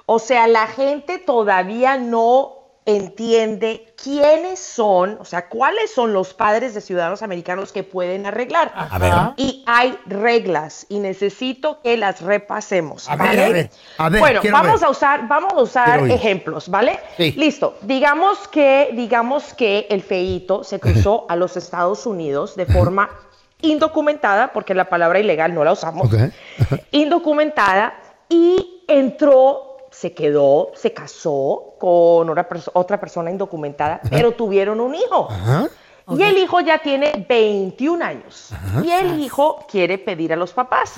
X: O sea, la gente todavía no entiende quiénes son, o sea, cuáles son los padres de ciudadanos americanos que pueden arreglar.
M: A ver.
X: Y hay reglas y necesito que las repasemos.
M: ver,
X: ¿vale?
M: a ver, a ver,
X: bueno,
M: quiero
X: vamos
M: ver.
X: a usar, vamos a usar
M: Quiero oír.
X: ejemplos, ¿vale?
M: Sí.
X: Listo. Digamos que, digamos que el feíto se cruzó a los Estados Unidos de forma indocumentada, porque la palabra ilegal no la usamos, (laughs) indocumentada, y entró, se quedó, se casó con una perso- otra persona indocumentada, pero tuvieron un hijo. Y el hijo ya tiene 21 años. Y el hijo quiere pedir a los papás.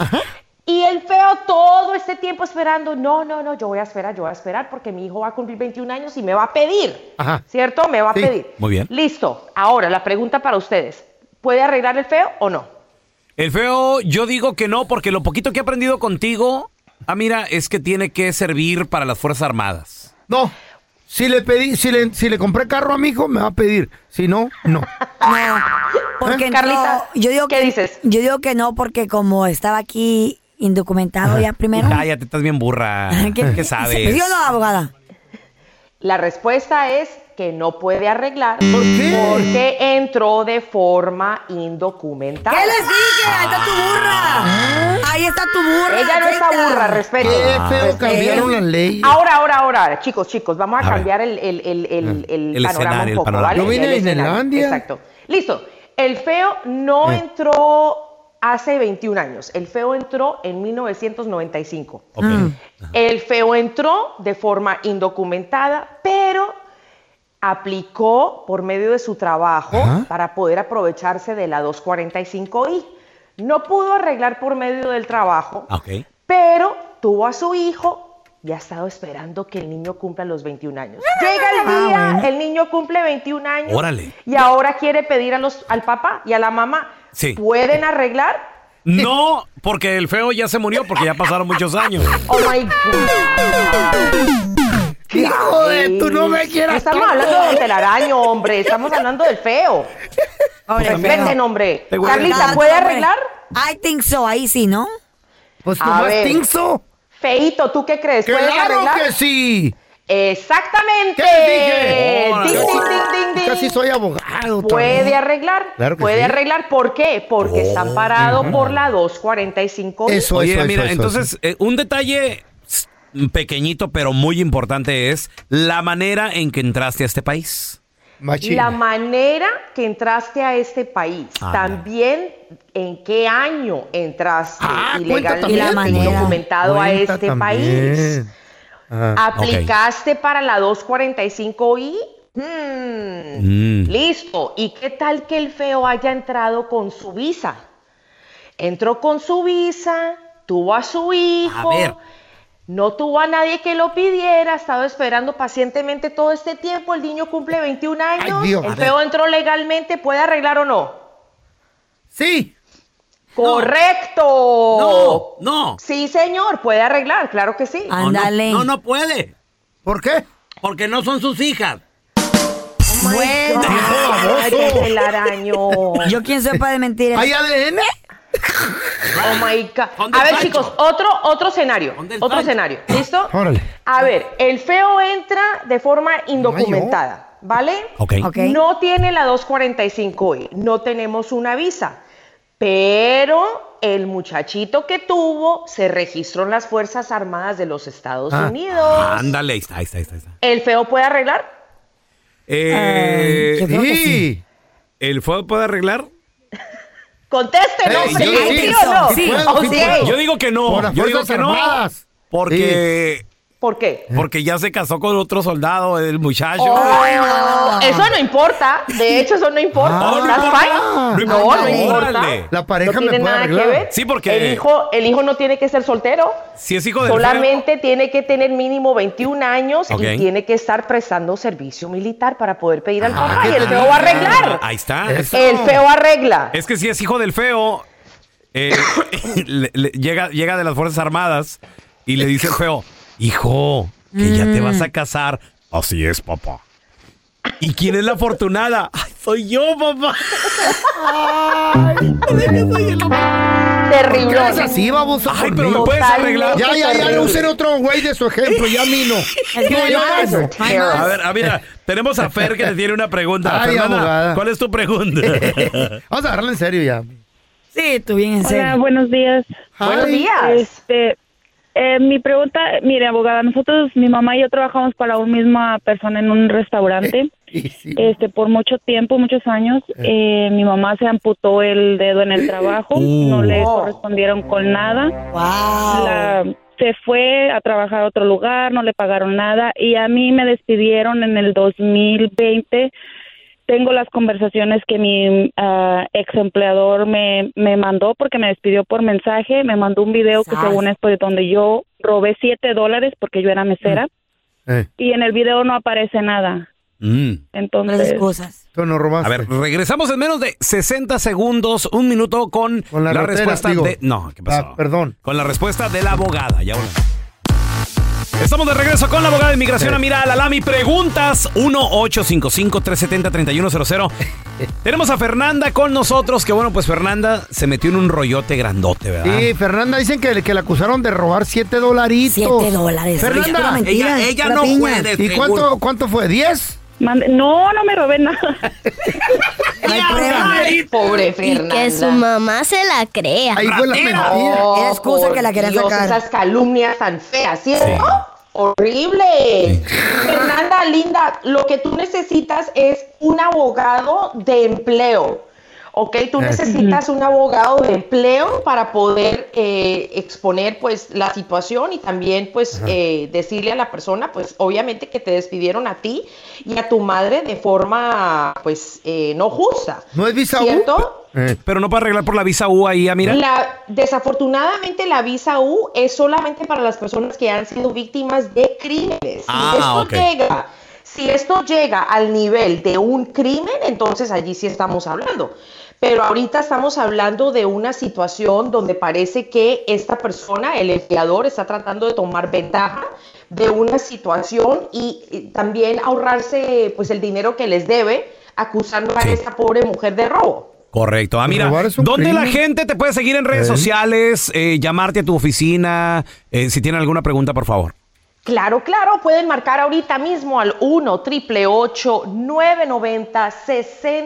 X: Y el feo todo este tiempo esperando, no, no, no, yo voy a esperar, yo voy a esperar porque mi hijo va a cumplir 21 años y me va a pedir.
M: Ajá.
X: ¿Cierto? Me va a
M: Sí,
X: pedir.
M: muy bien.
X: Listo. Ahora, la pregunta para ustedes. ¿Puede arreglar el feo o no?
A: El feo, yo digo que no, porque lo poquito que he aprendido contigo, ah, mira, es que tiene que servir para las Fuerzas Armadas.
U: No.
C: Si le pedí, si le, si le compré carro a mi hijo, me va a pedir. Si no,
X: (laughs)
C: no.
B: Porque entró-
X: Carlita,
B: yo digo ¿qué que, dices? Yo digo que no, porque como estaba aquí indocumentado Ah, ya primero.
A: Cállate, estás bien
B: (laughs)
A: burra. ¿Qué, sabes?
B: ¿Sí o no, abogada?
X: La respuesta es que no puede arreglar porque entró de forma indocumentada.
B: ¿Qué les dije? Ahí está tu burra. Ahí está tu burra.
X: Ella no está
B: Checa.
X: burra, respeto.
C: Qué feo cambiaron las leyes.
X: Ahora, ahora, ahora, chicos, chicos, vamos a,
C: A ver.
X: cambiar el, el, el, el, el
C: El
X: panorama
C: escenario, el
X: un poco,
C: panorama.
X: ¿vale?
C: Yo vine
X: El
C: de
X: escenario,
C: Islandia.
X: Exacto. Listo. El feo no
C: Eh.
X: entró hace 21 años. El feo entró en 1995.
C: Mm.
X: El feo entró de forma indocumentada, pero aplicó por medio de su trabajo
K: Ajá.
X: para poder aprovecharse de la 245I. No pudo arreglar por medio del trabajo,
W: Ah,
A: Ok.
X: pero tuvo a su hijo y ha estado esperando que el niño cumpla los 21 años. Llega el
C: Ah,
X: día, el niño cumple 21 años
A: Órale.
X: y ahora quiere pedir a los, al papá y a la mamá,
A: Sí.
X: ¿pueden arreglar?
A: No, porque el feo ya se murió porque ya pasaron muchos años.
X: Oh my God.
C: Hijo de tu, no me quieras
X: Estamos
C: tanto.
X: hablando del telaraño, hombre. Estamos hablando del feo.
B: Pobre
X: Respeten,
B: feo.
X: hombre.
B: Te voy a-
X: Carlita, ¿puede
B: Hombre,
X: arreglar?
B: I think so, ahí sí, ¿no?
C: Pues
X: A
C: nomás
X: ver.
C: think so.
X: Feito, ¿tú qué crees? ¿Pueden
C: ¡Claro
X: arreglar?
C: que sí!
X: Exactamente.
C: ¿Qué dije?
X: Ding,
C: Órale.
X: ding, ding, ding,
C: Casi
X: ding.
C: soy abogado.
X: Puede
C: también.
X: arreglar.
C: Claro que
X: puede
C: sí. Oh,
X: arreglar. ¿Por qué? Porque está amparado por la 245.
A: Oye, mira, entonces, eh, un detalle s- pequeñito pero muy importante es la manera en que entraste a este país.
C: Ah,
X: La manera que entraste a este país,
A: Ah.
X: también en qué año entraste
C: Ah,
B: cuenta
X: ilegal
B: también.
X: y
B: La manera.
X: documentado a
B: Cuenta
X: este
B: también.
X: país.
B: Ah, ok.
X: ¿Aplicaste para la 245i? Mm,
K: Mm.
X: Listo. ¿Y qué tal que el feo haya entrado con su visa? Entró con su visa, tuvo a su hijo.
K: ver.
X: No tuvo a nadie que lo pidiera, ha estado esperando pacientemente todo este tiempo. El niño cumple 21 años.
K: Dios.
X: el
K: A ver.
X: feo entró legalmente, ¿puede arreglar o no?
C: Sí.
X: ¡Correcto!
P: No, no.
X: Sí, señor, puede arreglar, claro que sí.
P: No, No, no, no puede.
C: ¿Por qué?
P: Porque no son sus hijas.
B: Oh
X: Bueno, ay,
P: baboso.
X: qué telaraño.
B: Yo quién sepa de mentiras.
X: ¿Hay ADN? (laughs) Oh my God. A ver, chicos, otro, otro escenario. Otro escenario. ¿Listo?
C: Órale.
X: A ver, el feo entra de forma indocumentada, ¿vale?
K: Ok. Ok.
X: No tiene la 245 hoy, E, no tenemos una visa, pero el muchachito que tuvo se registró en las Fuerzas Armadas de los Estados
A: Ah.
X: Unidos.
A: Ándale, ahí está, ahí está, ahí está.
X: ¿El feo puede arreglar?
A: Eh,
X: yo creo que
A: sí. ¿El feo puede arreglar?
X: Contesten,
A: Ey,
X: hombre,
A: Eh, yo
X: ¿sí
A: sí,
X: o no?
A: sí puedo, sí
X: Ok.
A: puedo. Yo digo que
C: Por
A: no,
C: las
A: yo digo
C: Fuerzas
A: que no.
C: Armadas.
A: Porque
X: ¿Por qué?
A: porque ya se casó con otro soldado el muchacho.
X: Oh, Eso no importa. De hecho, eso no importa.
A: Ah, no
X: That's
A: importa.
X: fine.
A: No
X: No, no,
A: importa.
X: importa.
A: Órale.
C: La pareja
X: no
C: me
X: tiene
C: puede
X: nada
C: arreglar.
X: que ver.
A: Sí, porque-
X: el hijo, el hijo no tiene que ser soltero.
A: Si es hijo de
X: Solamente tiene que tener mínimo 21 años
A: Ok.
X: y tiene que estar prestando servicio militar para poder pedir al
C: Ah,
X: papá. Y
A: Ah, ¿qué
X: el
A: te
X: feo
A: dije?
X: va a arreglar.
A: Ahí está.
X: El feo arregla.
A: Es que si es hijo del feo, eh, (coughs) le- le- llega, llega de las Fuerzas Armadas y le dice el feo, hijo, que ya te
C: Mm.
A: vas a casar. Así es, papá. ¿Y quién es
C: (laughs)
A: la afortunada? Ay, soy yo,
X: (laughs)
A: papá.
C: ¿Por
A: (laughs)
X: Terrible.
C: qué eres así, baboso?
A: Ay, pero me puedes arreglar.
C: Ya, ya, ya,
A: Terrible.
C: no usen otro güey de su ejemplo, ya a mí no. No, ya no.
A: A ver, a ver, tenemos a Fer que te tiene una pregunta.
C: Ay,
A: Fernanda,
C: abogada.
A: ¿cuál es tu pregunta?
C: (laughs) Vamos a agarrarla en serio ya.
B: Sí, tú bien en
F: Hola,
B: serio.
F: buenos días.
X: Buenos días.
F: Este, eh, mi pregunta, mire, abogada, nosotros, mi mamá y yo trabajamos para una misma persona en un restaurante. Este, por mucho tiempo, muchos años, eh, mi mamá se amputó el dedo en el trabajo, no le
X: Oh.
F: correspondieron con nada. La- se fue a trabajar a otro lugar, no le pagaron nada y a mí me despidieron en el 2020 tengo las conversaciones que mi ah, ex empleador me, me mandó porque me despidió por mensaje, me mandó un video que
K: Sas.
F: según es pues, donde yo robé siete dólares porque yo era mesera y en el video no aparece nada.
A: Mm.
F: Entonces,
C: Tú no robaste.
A: A ver, regresamos en menos de 60 segundos, un minuto con,
C: Con la rotera,
A: respuesta
C: digo.
A: de. No, ¿qué pasó?
C: Ah, perdón.
A: Con la respuesta de la abogada. Ya volvemos. Estamos de regreso con la abogada de inmigración Amira Alalami. Preguntas
C: (laughs)
A: 1-855-370-3100. Tenemos a Fernanda con nosotros, que bueno, pues Fernanda se metió en un rollote grandote, ¿verdad?
C: Sí, Fernanda dicen que, que la acusaron de robar 7 dolaritos. 7
B: dólares.
C: Fernanda,
B: Pura mentira, Ella- ella pura no piña. puede,
C: ¿Y cuánto,
B: seguro.
C: cuánto fue? ¿10?
O: No, no me robé nada.
I: Pobre Fernanda. que su mamá se la crea.
O: Ahí fue la mentira.
X: Oh,
I: Era
X: por Dios, Esas calumnias tan feas, ¿cierto? Horrible. Fernanda, linda, lo que tú necesitas es un abogado de empleo. Ok, tú
M: Así.
X: necesitas un abogado de empleo para poder eh, exponer pues la situación y también pues eh, decirle a la persona pues obviamente que te despidieron a ti y a tu madre de forma pues eh, no justa.
C: ¿No es visa U? Eh.
X: ¿Cierto?
A: Pero no para arreglar por la visa U ahí, ah, Amira.
X: La- desafortunadamente la visa U es solamente para las personas que han sido víctimas de crímenes.
A: Ah,
X: si esto
A: ok.
X: llega, si esto llega al nivel de un crimen, entonces allí sí estamos hablando. Pero ahorita estamos hablando de una situación donde parece que esta persona, el empleador, está tratando de tomar ventaja de una situación y, y también ahorrarse pues el dinero que les debe acusando a esta pobre mujer de robo.
A: Correcto.
B: Pues
A: Ah, mira,
X: Robar es un
A: ¿dónde la
X: crimen.
A: gente te puede seguir en redes
X: Eh.
A: sociales? eh, llamarte a tu oficina. eh, si tienen alguna pregunta, por favor.
X: Claro, claro, pueden marcar ahorita mismo al 1 888 990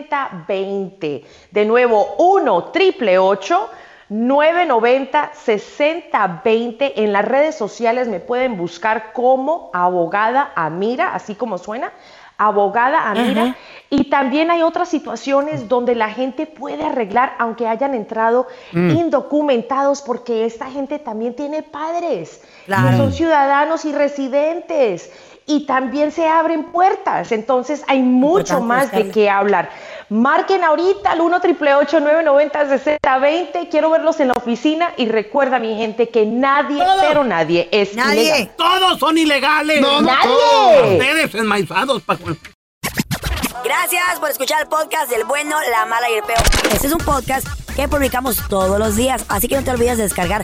X: 6020. De nuevo, 1 888 990 6020. En las redes sociales me pueden buscar como abogada Amira, así como suena, abogada Amira.
O: Ajá.
X: Y también hay otras situaciones donde la gente puede arreglar aunque hayan entrado
O: Mm.
X: indocumentados porque esta gente también tiene padres. y
O: Claro.
X: son ciudadanos y residentes. Y también se abren puertas. Entonces hay mucho
O: Importante
X: más de
O: buscarle.
X: qué hablar. Marquen ahorita al 1 990 6020 Quiero verlos en la oficina. Y recuerda, mi gente, que nadie, pero nadie es ilegal.
Y: Todos son ilegales.
X: No, no Nadie.
B: todos.
Y: Ustedes enmaizados, Paco.
B: Gracias por escuchar el podcast del bueno, la mala y el peor. Este es un podcast que publicamos todos los días, así que no te olvides de descargar